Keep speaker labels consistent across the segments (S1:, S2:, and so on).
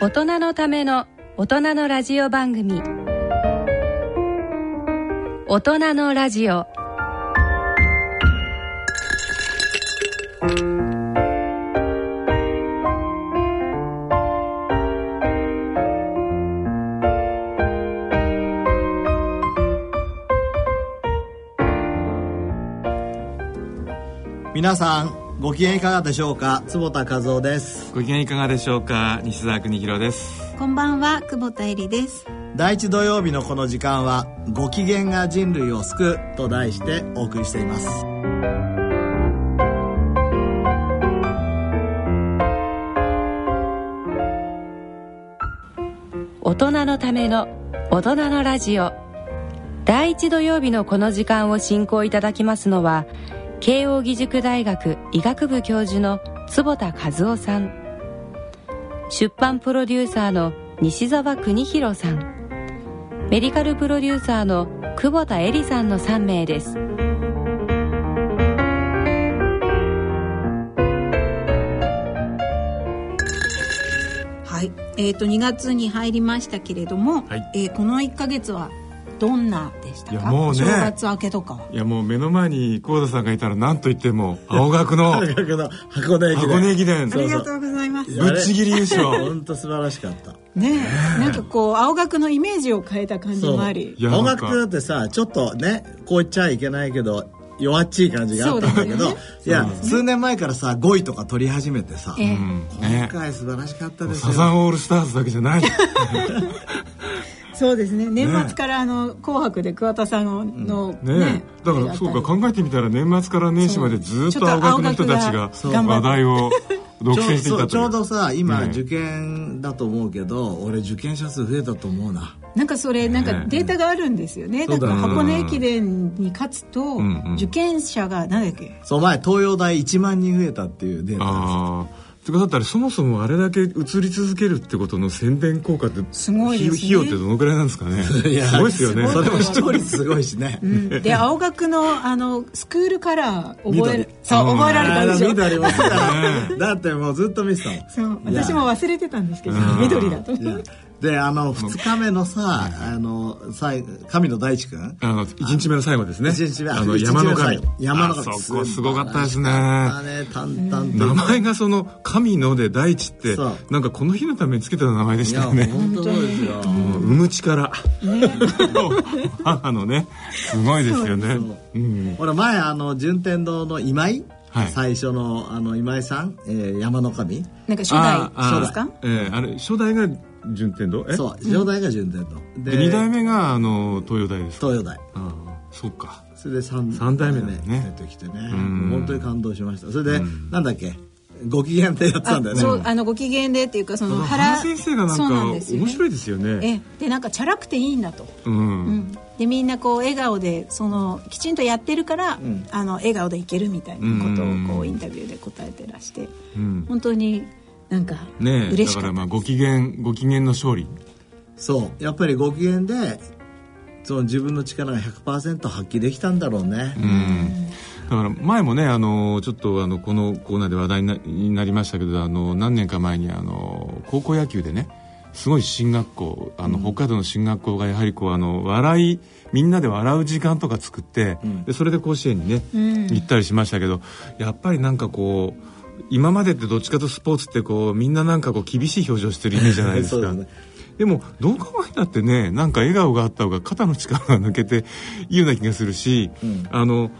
S1: 大人のための大人のラジオ番組大人のラジオ
S2: 皆さんご機嫌いかがでしょうか坪田和夫です
S3: ご機嫌いかがでしょうか西澤邦弘です
S4: こんばんは、久保田恵里です。
S2: 第一土曜日のこの時間は「ご機嫌が人類を救う」と題してお送りしています
S1: 大人のための大人のラジオ第一土曜日のこの時間を進行いただきますのは慶應義塾大学医学部教授の坪田和夫さん出版プロデューサーの西澤邦弘さんメディカルプロデューサーの久保田恵里さんの3名です
S4: はい、えっ、と2月に入りましたけれども、
S3: はい
S4: えーこの1ヶ月はどんなでした
S3: いや
S4: か？
S3: もうね
S4: お正月明けとかは。
S3: いやもう目の前に久保田さんがいたら何と言っても青 学の
S2: だけど箱根駅伝
S3: 箱根駅伝
S4: あ
S2: う
S4: りがとうございます。ね
S3: ぶっちぎり優勝
S2: 本当素晴らしかった
S4: え、なんかこう青学のイメージを変えた感じもあり
S3: い、や
S2: 音
S3: なん
S2: 楽
S3: か
S2: 家だってさちょっとねこう言っちゃいけないけど弱っちい感じがあったんだけど、
S4: そう
S2: い
S4: で
S2: や、数年前からさ5位とか取り始めてさ、
S4: ええ
S3: うん
S2: 今
S3: ね
S2: 回素晴らしかったです
S3: サザ
S2: よ
S3: ンオールスターズだけじゃない
S4: そうですね。年末からあの紅白で桑田さんをの、ね
S3: ねだからそうか考えてみたら年末から年始までずっと青学の人たちが
S4: ち
S2: ょっと青学が
S3: 話題を独
S2: ちょ
S3: 占してい
S2: そ
S3: た
S2: う
S3: と
S2: ち
S3: い
S2: ょう
S3: う
S2: どさ今
S3: ね
S2: 受験だと思うけど、俺受験者数増えたと思うな
S4: なんかそれなん
S3: ね
S4: か
S3: え
S4: データがあるんですよね。
S2: そ
S4: な
S2: うんだ
S4: か
S2: よね
S4: 箱根駅伝に勝つと、
S3: んうん
S4: 受験者がなんだっけ？
S2: そう前東洋大1万人増えたっていうデータです
S3: ああてかだったらそもそもあれだけ映り続けるってことの宣伝効果って
S4: すごいですね
S3: 費用ってどのくらいなんですかねすごいですよね
S2: それも視聴率すごいしね。
S4: うんで青学のあのスクールカラー覚え
S2: 緑
S4: るそう覚えられたでしょ
S2: 緑も好きだなだってもうずっと見てたもん
S4: そう
S2: いや
S4: 私も忘れてたんですけど
S3: うん
S4: 緑だと
S2: いやであの2日目のさあのさい神野大地君
S3: あの1日目の最後ですね
S2: 一日目
S3: あの
S2: 一日
S3: 山
S2: 目
S3: の
S2: 最
S3: 神
S2: 後山の
S3: あ
S2: 神
S3: そこすごかったですね
S2: あね淡々と
S3: 名前がその神野で大地って
S2: そう
S3: なんかこの日のためにつけた名前で
S2: い
S3: した
S2: や
S3: よね
S2: 本当そうですよ
S3: もう産む力 母のねすごいですよね
S2: そう
S3: うん
S2: 俺前あの順天堂の今井
S3: はい
S2: 最初のあの今井さんえー山の神
S4: なんか初
S3: ああ
S4: 代ですか
S3: ええあれ初代が順天堂え
S2: そう上代が順天堂
S3: で2代
S2: 目
S3: 目があの東洋大ですか
S2: 東洋大
S3: ああそうか
S2: それで 3,
S3: 三代目だよね
S2: 出てきてね
S3: ん
S2: 本当に感動しましたそれで、なんだっけご機嫌でやってたんだよね
S4: そうあのご機嫌でっていうかその
S3: 原
S4: 原
S3: 先生がなん
S4: そう
S3: か
S4: なんですよね
S3: 面白いですよね
S4: ええでなんかチャラくていいんだと、
S3: うん
S4: うんでみんなこう笑顔でそのきちんとやってるから、
S2: ん
S4: あの笑顔でいけるみたいなこと
S3: うん
S4: をこうインタビューで答えてらして
S3: うん
S4: 本当になんか
S3: ねえ
S4: 嬉
S3: だ
S4: しか
S3: か
S4: った
S3: らまあご機嫌ご機嫌の勝利
S2: そうやっぱりご機嫌でその自分の力が100%発揮できたんだろうね、
S3: うんだから前もねあのちょっとあのこのコーナーで話題になになりましたけどあの何年か前にあの高校野球でねすごい進学校あの北海道の進学校がやはりこうあの笑いみんなで笑う時間とか作って、でそれで甲子園にね、行ったりしましたけどやっぱりなんかこう今までってどっちかとスポーツってこうみんななんかこう厳しい表情してるイメージじゃないです
S2: そう
S3: か。
S2: だね
S3: でもどう考えたってねなんか笑顔があった方が肩の力が抜けていいような気がするし、あの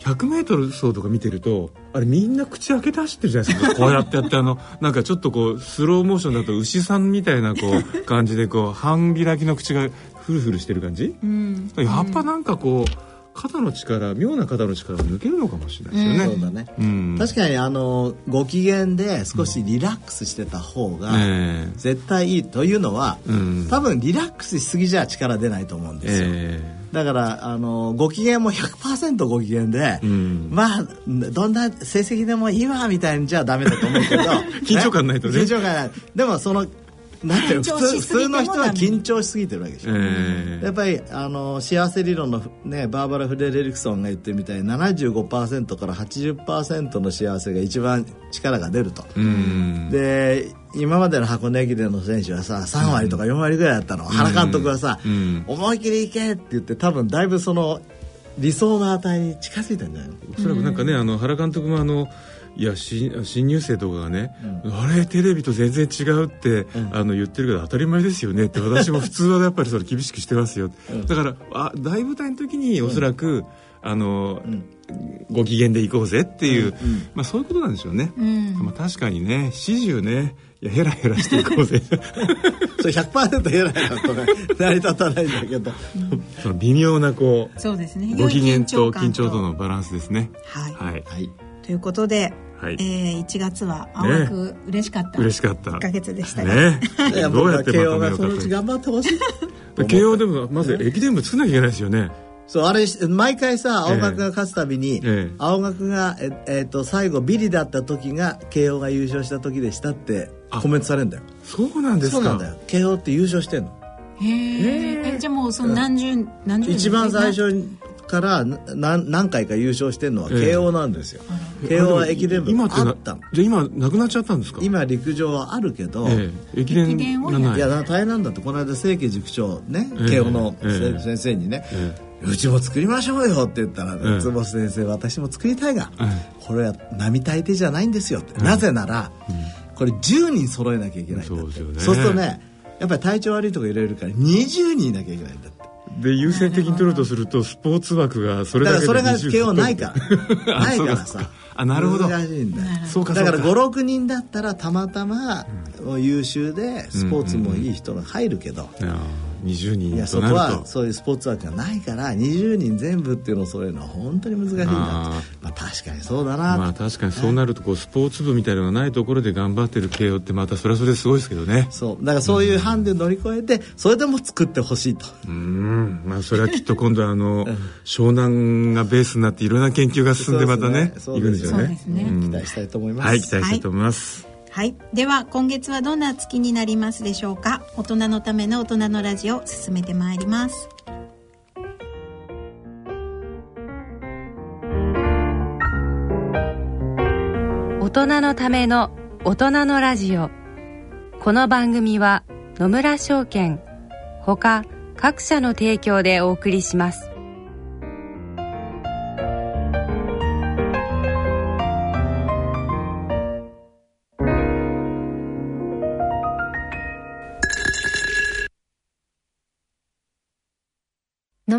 S3: 100m 走とか見てるとあれみんな口開けて走ってるじゃないですかこうやってやってあのなんかちょっとこうスローモーションだと牛さんみたいなこう感じでこう半開きの口がフルフルしてる感じ、
S4: うん
S3: やっぱなんかこう肩の力妙な肩の力が抜けるのかもしれないですよね。
S2: そうだね、
S3: うん
S2: 確かにあのご機嫌で少しリラックスしてた方が、
S3: え
S2: 絶対いいというのは、
S3: うん
S2: 多分リラックスしすぎじゃ力出ないと思うん
S3: え
S2: ですよ、
S3: え
S2: だからあのご機嫌も100%ご機嫌で、
S3: ん
S2: まあどんな成 績でもいいわみたいんじゃダメだと思うけど
S3: 緊張感ないとね
S2: 緊張感ないでもそのだって普
S4: 緊張
S2: 通普
S4: しすぎ
S2: 通
S4: ても
S2: の
S4: ダメ
S2: 人は緊張しすぎてるわけでしょ、
S3: え
S2: やっぱりあの幸せ理論の、ね、バーバラ・フレデリクソンが言ってるみたいに75%から80%の幸せが一番力が出ると、
S3: うん
S2: で今までの箱根駅伝の選手はさ3割とか4割ぐらいだったの、原監督はさ、
S3: うん
S2: 思い切りいけって言って多分だいぶその理想の値に近づいたんじゃないの
S3: おそらくなんかね、あの原監督もあのいや新新入生とかがね、あれテレビと全然違うって、あの言ってるけど当たり前ですよねって私 も普通はやっぱりそれ厳しくしてますよ、だからあ大舞台の時におそらく、あの、ご機嫌でいこうぜっていう、まあ、そういうことなんでしょうね、まあ、確かにね指示をねいやヘラヘラしていこう ぜ
S2: それ100%偉いなとね成り立たないんだけど
S3: その微妙なこう
S4: そうですね
S3: ご機嫌と緊
S4: 緊
S3: 張
S4: 張
S3: と
S4: 感
S3: のバランスですね
S4: はい
S3: はい、
S2: はい
S4: ということで、
S3: はい
S4: えー1月は青く嬉しかった、
S3: 嬉しかった
S4: 1ヶ月でした
S3: ね
S4: ね
S3: どうやってま
S2: 慶
S3: と
S2: 応
S3: め
S2: が
S3: よう
S2: そのう
S3: か
S2: ち
S3: と
S2: 頑張ってほしい
S3: 慶応でもまず駅伝部作んなきゃいけないですよね
S2: そうあれ毎回さ青学が勝つたびに、
S3: ええ
S2: 青学が、ええーと最後ビリだった時が慶応が優勝した時でしたって
S3: あ
S2: コメントされるんだよ
S3: そうなんですか
S2: そうなんだよ慶応って優勝してんの
S4: へーえじゃあもうその何十、何十年
S2: 一番最初からな何何回か優勝してるのは慶応なんですよ、慶応は駅伝部
S3: 今
S2: あ
S3: ってな
S2: ったの
S3: じゃあ今なくなっちゃったんですか
S2: 今陸上はあるけど、
S3: ええ駅伝
S4: 駅伝を
S3: がない
S2: いやな大変なんだってこの間清家塾長ね
S3: ええ
S2: 慶応のせ
S3: ええ
S2: 先生にね、
S3: え
S2: うちも作りましょうよって言ったら、ね
S3: ええ
S2: 坪先生私も作りたいが、
S3: え
S2: これは並大抵じゃないんですよって、なぜなら、これ10人揃えなきゃいけないんだって
S3: そうですよね
S2: そうするとねやっぱり体調悪いとか入れるから20人いなきゃいけないんだって
S3: で優先的に取るとするとスポーツ枠がそれ
S2: だか
S3: だけ
S2: ら
S3: で
S2: それが
S3: 20
S2: 慶応ないから
S3: あ
S2: ないから
S3: そう
S2: さ
S3: あなるほど
S2: 難しいんだよ
S3: そうか
S2: だから
S3: そう
S2: 56人だったらたまたま優秀でスポーツもいい人が入るけど、
S3: いや20
S2: いや
S3: 人
S2: そ
S3: と
S2: こ
S3: なると
S2: はそういうスポーツ枠がないから20人全部っていうのをそういうのは本当に難しいんだって
S3: あ
S2: まあ、確かにそうだな、
S3: まあ確かにそうなるとこうスポーツ部みたいなのがないところで頑張ってる慶応ってまたそれはそれですごいですけどね
S2: そうだからそういうハンデ乗り越えてそれでも作ってほしいと、
S3: うんまあそれはきっと今度はあ の湘南がベースになっていろんな研究が進んでまたね
S2: そ
S3: いうくん
S2: で
S3: です
S2: すね
S3: よ
S4: そうで
S3: ね
S4: すね、
S2: 期待したいと思います、
S3: はい期待したいと思います
S4: はいでは今月はどんな月になりますでしょうか大人のための大人のラジオ進めてまいります
S1: 大人のための大人のラジオこの番組は野村証券ほか各社の提供でお送りします
S5: 野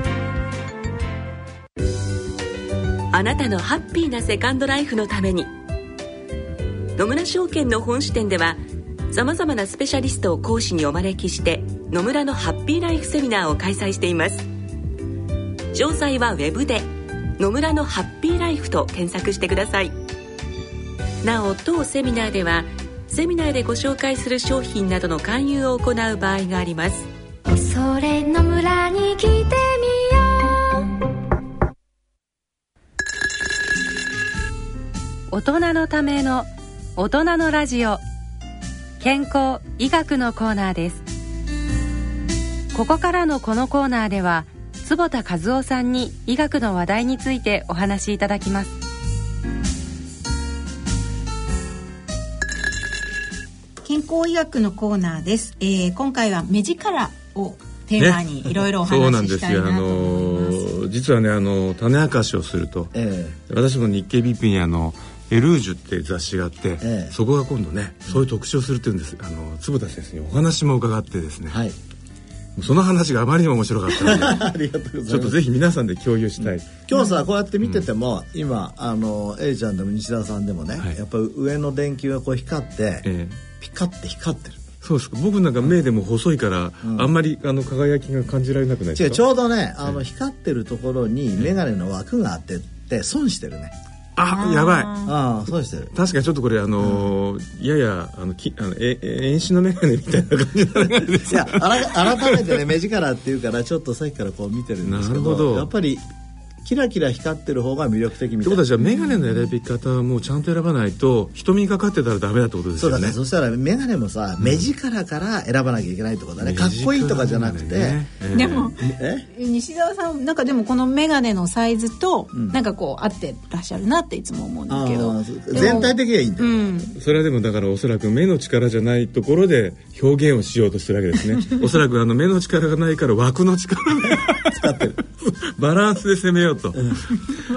S5: あなたのハッピーなセカンドライフのために野村証券の本支店ではさまざまなスペシャリストを講師にお招きして野村のハッピーライフセミナーを開催しています詳細はウェブで「野村のハッピーライフ」と検索してくださいなお当セミナーではセミナーでご紹介する商品などの勧誘を行う場合があります
S6: それの村に来てみよう
S1: 大人のための大人のラジオ健康医学のコーナーですここからのこのコーナーでは坪田和夫さんに医学の話題についてお話しいただきます
S4: 健康医学のコーナーです、えー今回は目力をテーマにいろいろお
S3: そうなん
S4: 話し
S3: で
S4: し
S3: す
S4: たい
S3: よあ
S4: なと思い
S3: の
S4: ます,、
S3: ー実はねあのー種明かしをすると
S2: え
S3: 私も日経 BP にあのエルージュっていう雑誌があって、
S2: ええ
S3: そこが今度ねそういう特集をするっていうんですあの坪田先生にお話も伺ってですね、
S2: えはい
S3: その話があまりにも面白かった ので
S2: ありがとうご
S3: ち
S2: ざい
S3: ょっ
S2: ま
S3: と
S2: す
S3: ぜひ皆さんで共有したい、
S2: 今日さこうやって見てても、今あの A ちゃんでも西田さんでもね、
S3: はい
S2: やっぱ上の電球がこう光って、
S3: ええ
S2: ピカって光ってる
S3: そうですか僕なんか目でも細いから、あんまりあの輝きが感じられなくないです
S2: 違
S3: か
S2: うちょうどねあの光ってるところに眼鏡の枠があってって損してるね
S3: あやばい
S2: ああ損してる
S3: 確かにちょっとこれあのーややあのきあのええ遠視の眼鏡みたいな感じの眼鏡です
S2: いやあら改めてね目力っていうからちょっとさっきからこう見てるんですけど
S3: なるほど
S2: やっぱりキラキラ光ってる方が魅力的
S3: っ
S2: み
S3: て
S2: たい
S3: こと
S2: な
S3: はじゃあ眼鏡の選び方はもうちゃんと選ばないと瞳にかかってたらダメだってことです
S2: そう
S3: よ
S2: だ
S3: ね
S2: ねそしたら眼鏡もさ目力から選ばなきゃいけないってことだねかっこいいとかじゃなくて、
S3: ねええ
S4: でも
S2: え
S4: 西澤さんなんかでもこの眼鏡のサイズと、なんかこう合ってらっしゃるなっていつも思うんだけど
S2: あー全体的にはいいんだ
S4: う
S2: よ、
S4: ん
S3: それはでもだからおそらく目の力じゃないところで表現をしようとしてるわけです ねおそらくあの目の力がないから枠の力で 使ってるバランスで攻めようと、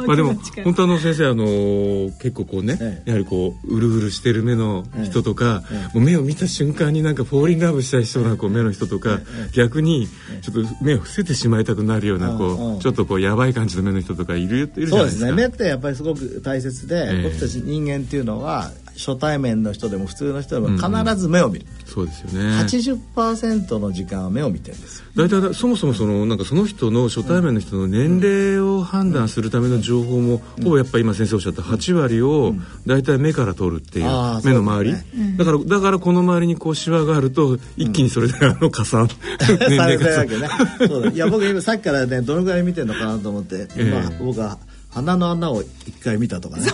S3: まあでも本当あの先生あのー結構こうね、
S2: ええ
S3: やはりこううるうるしてる目の人とか、もう目を見た瞬間になんかフォーリンラブしたりしそうなこう目の人とか、逆にちょっと目を伏せてしまいたくなるようなこう、
S2: うんうん
S3: ちょっとこうやばい感じの目の人とかいるいるじゃな
S2: そ
S3: いうで
S2: ですす
S3: か
S2: ね目ってやっぱりすごく大切で、
S3: ええ
S2: 僕たち人間っていうのは初対面の人でも普通の人でも必ず目を見る、
S3: そうですよね
S2: 80%の時間は目を見てるんですよ
S3: 大体だそもそもそのなんかその人の初対面の人の年齢を判断するための情報もほぼやっぱり今先生おっしゃった8割を大体目から取るっていう
S2: あー
S3: 目の周り
S2: そうで
S3: だからだからこの周りにこうシワがあると一気にそれであの 加算年
S2: さ
S3: 齢
S2: れて
S3: が
S2: るわ
S3: さ
S2: けねそうだいや僕今さっきからねどのぐらい見てるのかなと思って、
S3: ええ
S2: まあ、僕は鼻の穴を一回見たとかね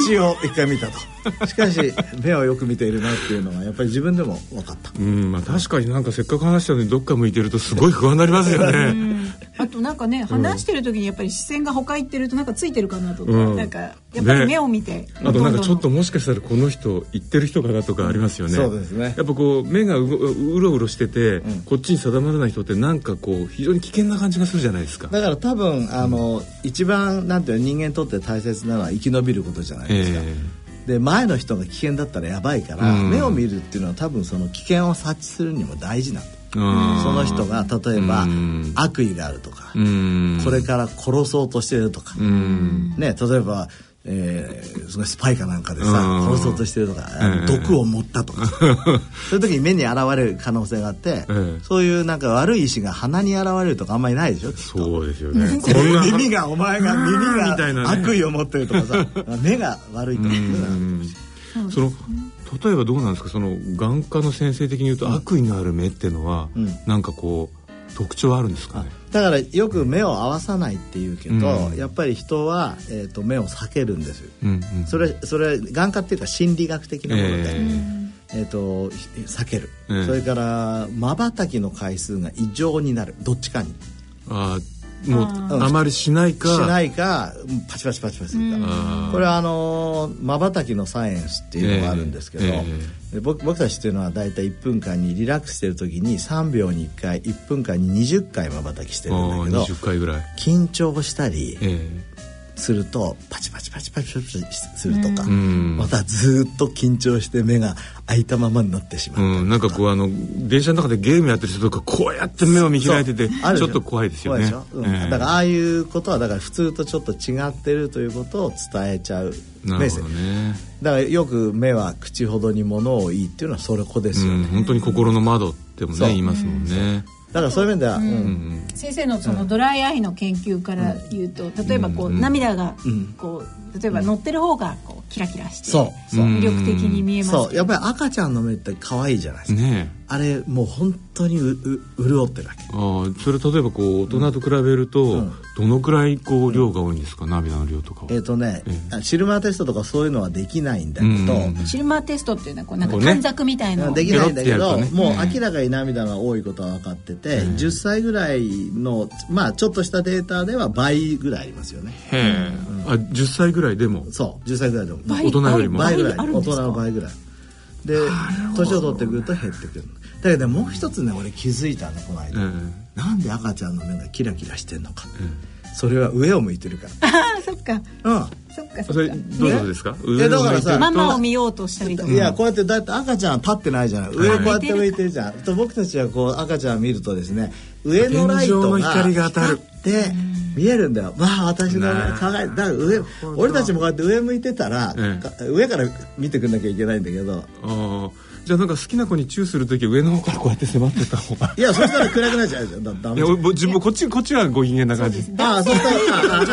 S2: 口を一回見たとしかし目をよく見ているなっていうのはやっぱり自分でも分かった
S3: うんまあ確かになんかせっかく話したのにどっか向いてるとすごい不安になりますよね
S4: あとなんかね話してる時にやっぱり視線が他行ってるとなんかついてるかなとか、
S3: うん
S4: なんかやっぱり
S3: ね
S4: 目を見て、
S3: あとなんかちょっと
S4: どんどん
S3: もしかしたらこの人言ってる人かなとかありますよね、
S2: うんそうですね
S3: やっぱこう目がうごうろうろしてて、こっちに定まらない人ってなんかこう非常に危険な感じがするじゃないですか
S2: だから多分あの、一番なんていうの人間にとって大切なのは生き延びることじゃない
S3: え
S2: ですか、
S3: え
S2: で前の人が危険だったらやばいから、
S3: うん
S2: 目を見るっていうのは多分その危険を察知するにも大事なんだ
S3: そ
S2: その人が例えば
S3: うん
S2: 悪意があるとか、
S3: こ
S2: これから殺そうとしてるとか、ね、例えば、えーそのスパイかなんかでさ
S3: うん
S2: 殺そうとしてるとか、あの
S3: ええ
S2: 毒を持った とかそういう時に目に現れる可能性があって、
S3: ええ
S2: そういうなんか悪い意志が鼻に現れるとかあんまりないでしょきっと
S3: そうですよねこん な
S2: 耳がお前が耳
S3: うん
S2: が
S3: みたいなね
S2: 悪意を持ってるとか さ目が悪いとかそういうのは
S3: その例えばどうなんですかその眼科の先生的に言うと悪意のある目ってのは
S2: うん
S3: なんかこう特徴あるんですかね
S2: だからよく目を合わさないっていうけど、
S3: うん
S2: やっぱり人は、えー、と目を避けるんですよ
S3: うんうん
S2: それそれ眼科っていうか心理学的なもので、
S3: え
S2: えー、とひ避ける、
S3: ええ
S2: それからまばたきの回数が異常になるどっちかに
S3: あーもうあまりしない
S2: しな
S3: か
S2: いかうんパチパチパチパチするか、
S3: あー
S2: これはあのまばたきのサイエンスっていうのがあるんですけど、
S3: えええ
S2: で僕僕たちっていうのは大体1分間にリラックスしてる時に3秒に1回1分間に20回まばたきしてるんだ
S3: あ
S2: け
S3: ー
S2: ど
S3: 20回ぐらい
S2: 緊張したり
S3: え
S2: するとパチパチパチパチパチするとか、
S3: えうん
S2: またずーっと緊張して目が開いたままになってしまう、
S3: うんなんかこうあの電車の中でゲームやってる人とかこうやって目を見開いててち
S2: あるでし
S3: ょっと怖いですよね
S2: 怖いでしょうん
S3: ええ
S2: だからああいうことはだから普通とちょっと違ってるということを伝えちゃう
S3: な
S2: 目
S3: る
S2: 線
S3: ほどね
S2: だからよく目は口ほどに物をいいっていうのはそれこですよ
S3: うん
S2: ね、
S3: 本当に心の窓ってもね
S2: そう
S3: 言いますもんね
S2: だからそういう面では、うん
S3: うん
S4: 先生のそのドライアイの研究から言うと、例えばこう、
S3: うん
S4: 涙が
S2: ん
S4: こう例えば乗ってる方がこうキラキラして、
S2: そうそう
S4: 魅力的に見えます
S2: そう
S4: けど
S2: やっぱり赤ちゃんの目って可愛いじゃないですか、
S3: ねえ
S2: あれもう本当にうう潤ってるわけ
S3: あーそれ例えばこう大人と比べると、
S2: ん
S3: どのくらいこう量が多いんですか、涙の量とかは
S2: えっ、とね、シルマーテストとかそういうのはできないんだけど、
S3: うん
S4: シルマーテストっていうのはこうなんか
S3: こうね
S4: 短冊みたいなのを
S2: できないんだけど、
S3: ペロッてやるとね
S2: もう明らかに涙が多いことは分かってて、10歳ぐらいのまあちょっとしたデータでは倍ぐらいありますよね
S3: へえ、あ10歳ぐらいでも
S2: そう10歳ぐらいでも
S4: 倍
S3: 大人よりも
S2: 倍ぐらい
S4: あるん
S2: 大
S4: ですか
S2: 人の倍ぐらいで年を取ってくると減ってくるだけどねもう一つね俺気づいたのこの間、
S3: え
S2: なんで赤ちゃんの目がキラキラしてんのか、それは上を向いてるか
S4: あーそっから
S2: うん
S4: そっかそ
S3: そ
S4: っ
S3: れ
S4: か
S3: どういうことですか、
S2: えだからさ
S4: ママを見ようとしたりとか
S2: いやこうやってだって赤ちゃんは立ってないじゃない上こうやって向いてるじゃんと僕たちはこう赤ちゃんを見るとですね上のライト
S3: 天井の
S2: が
S3: 光が当たる
S2: 光っって見えるんだよ、まあ私の
S3: なる
S2: 考えだから上俺たちもこうやって上向いてたら、
S3: ええ
S2: か上から見てくんなきゃいけないんだけど
S3: ああじゃあなんか好きな子にチューする時上の方からこうやって迫ってった方が
S2: い やそしたら暗くなっちゃうじゃんだダ
S3: い
S2: メ
S3: や
S2: じゃん
S3: 俺ぼ自分こっちこっちはご機嫌な感じ
S2: ああそうそう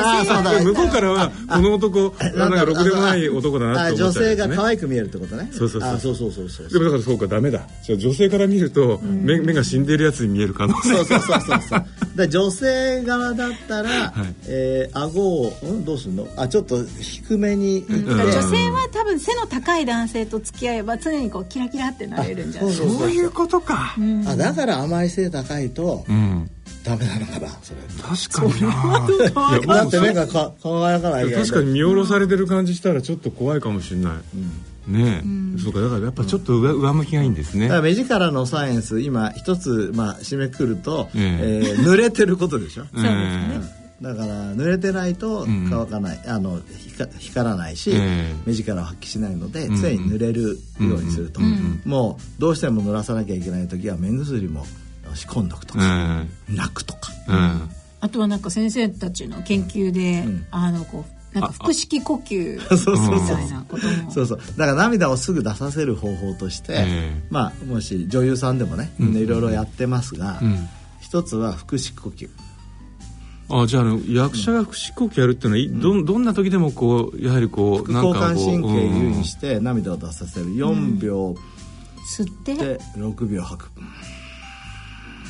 S2: ああそうだ
S3: で向こうからはこの男なんかろくでもない男だな
S2: あ女
S3: と思っちゃう
S2: 性
S3: んです
S2: が
S3: ね
S2: 可愛く見えるってことね
S3: そうそうそう
S2: あそうそうそうそう
S3: でもだからそうかダメだじゃあ女性から見ると目目が死んでるやつに見える可能性
S2: そうそうそうそうそう。で女性側だったら、
S3: はい
S2: えー顎を、うん、どうするの？あちょっと低めに。
S4: うんだから
S3: うん
S4: 女性は多分背の高い男性と付き合えば常にこうキラキラってなれるんじゃない
S2: そうそういう。
S3: ことか
S2: あだから甘い背高いと
S3: うん
S2: ダメなのかな。それ。
S3: 確かにないや
S2: だって目がか輝かない
S3: い
S2: け
S3: や
S2: ど
S3: 確かに見下ろされてる感じしたらちょっと怖いかもしれない、ねえ、そうかだからやっぱちょっと上上向きがいいんですね、
S2: だから目力のサイエンス今一つまあ締めくくると、
S3: え
S2: えー濡れてることでしょ。
S3: ええ
S2: だから濡れてないと
S3: ん
S2: 乾かない、あのひか光らないし、
S3: ええ
S2: 目力を発揮しないので、
S3: ん
S2: 常に濡れるようにすると、もうどうしても濡らさなきゃいけない時は目薬も仕込んどくと
S3: え
S2: か、泣くとか
S3: ええ
S4: あとはなんか先生たちの研究で、
S2: ん
S4: あのこうなんか腹式呼吸み
S2: そうそうそう
S4: たいなことも。
S2: そうそうだから涙をすぐ出させる方法として、
S3: ええ
S2: まあもし女優さんでもねみんないろいろやってますが、
S3: うん
S2: 一つは腹式呼吸
S3: あじゃああの役者が腹式呼吸やるっていうのはい、どんどんな時でもこうやはりこう
S2: 副
S3: な
S2: 交
S3: んか
S2: 感
S3: こう
S2: 神経
S3: うん
S2: 優位にして涙を出させる4秒
S4: 吸って
S2: で6秒吐く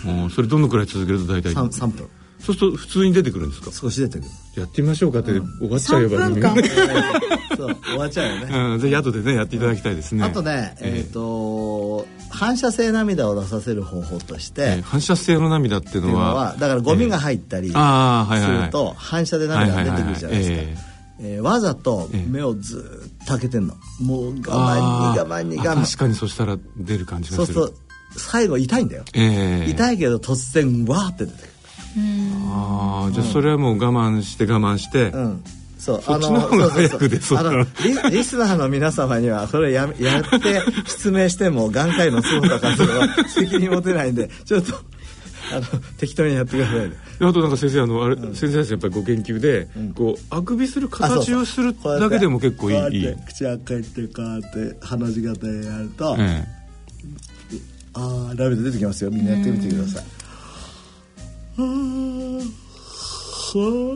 S3: うんそれどのくらい続けると大体
S2: 3, 3分
S3: そうすると普通に出てくるんですか
S2: 少し出てくる
S3: やってみましょうかって、終わっちゃえばいいのに
S4: 3分
S2: そう終わっちゃうよね
S3: うん、ぜひ後でねやっていただきたいですね
S2: あとね、えっ、と反射性涙を出させる方法として、
S3: ええ反射性の涙っていう
S2: っていう
S3: の
S2: の
S3: は
S2: はだからゴミが入ったりする
S3: ああはいはいはい
S2: と反射で涙が出てくるじゃないですか、
S3: はいはいはいえ
S2: えーわざと目をずーっと開けてんのもう我慢に我慢に
S3: あ
S2: 我慢
S3: 確かにそしたら出る感じ
S2: そ
S3: が
S2: う
S3: す
S2: す
S3: る
S2: ると最後痛いんだよ、
S3: ええ
S2: 痛いけど突然わーって出てくる
S3: ああじゃあそれはもう我慢して我慢して、
S2: うんそう
S3: そっちの方が早く出そう
S2: あ
S3: だ
S2: の
S3: な
S2: リ リスナーの皆様にはそれやめや って失明しても眼科医の坪田監督は責任持てないんでちょっとあの適当にやってくださいね
S3: であとなんか先生あのあれ、先生たちやっぱりご研究で、こうあくびする
S2: あそう
S3: 形
S2: そう
S3: をする
S2: こうやって
S3: だけでも結構い
S2: こうやっ
S3: い
S2: て
S3: いい、
S2: 口開けてこうやって鼻血型やると、
S3: え
S2: ああ涙出てきますよみんなやってみてくださいあー
S3: え、う、
S2: そうん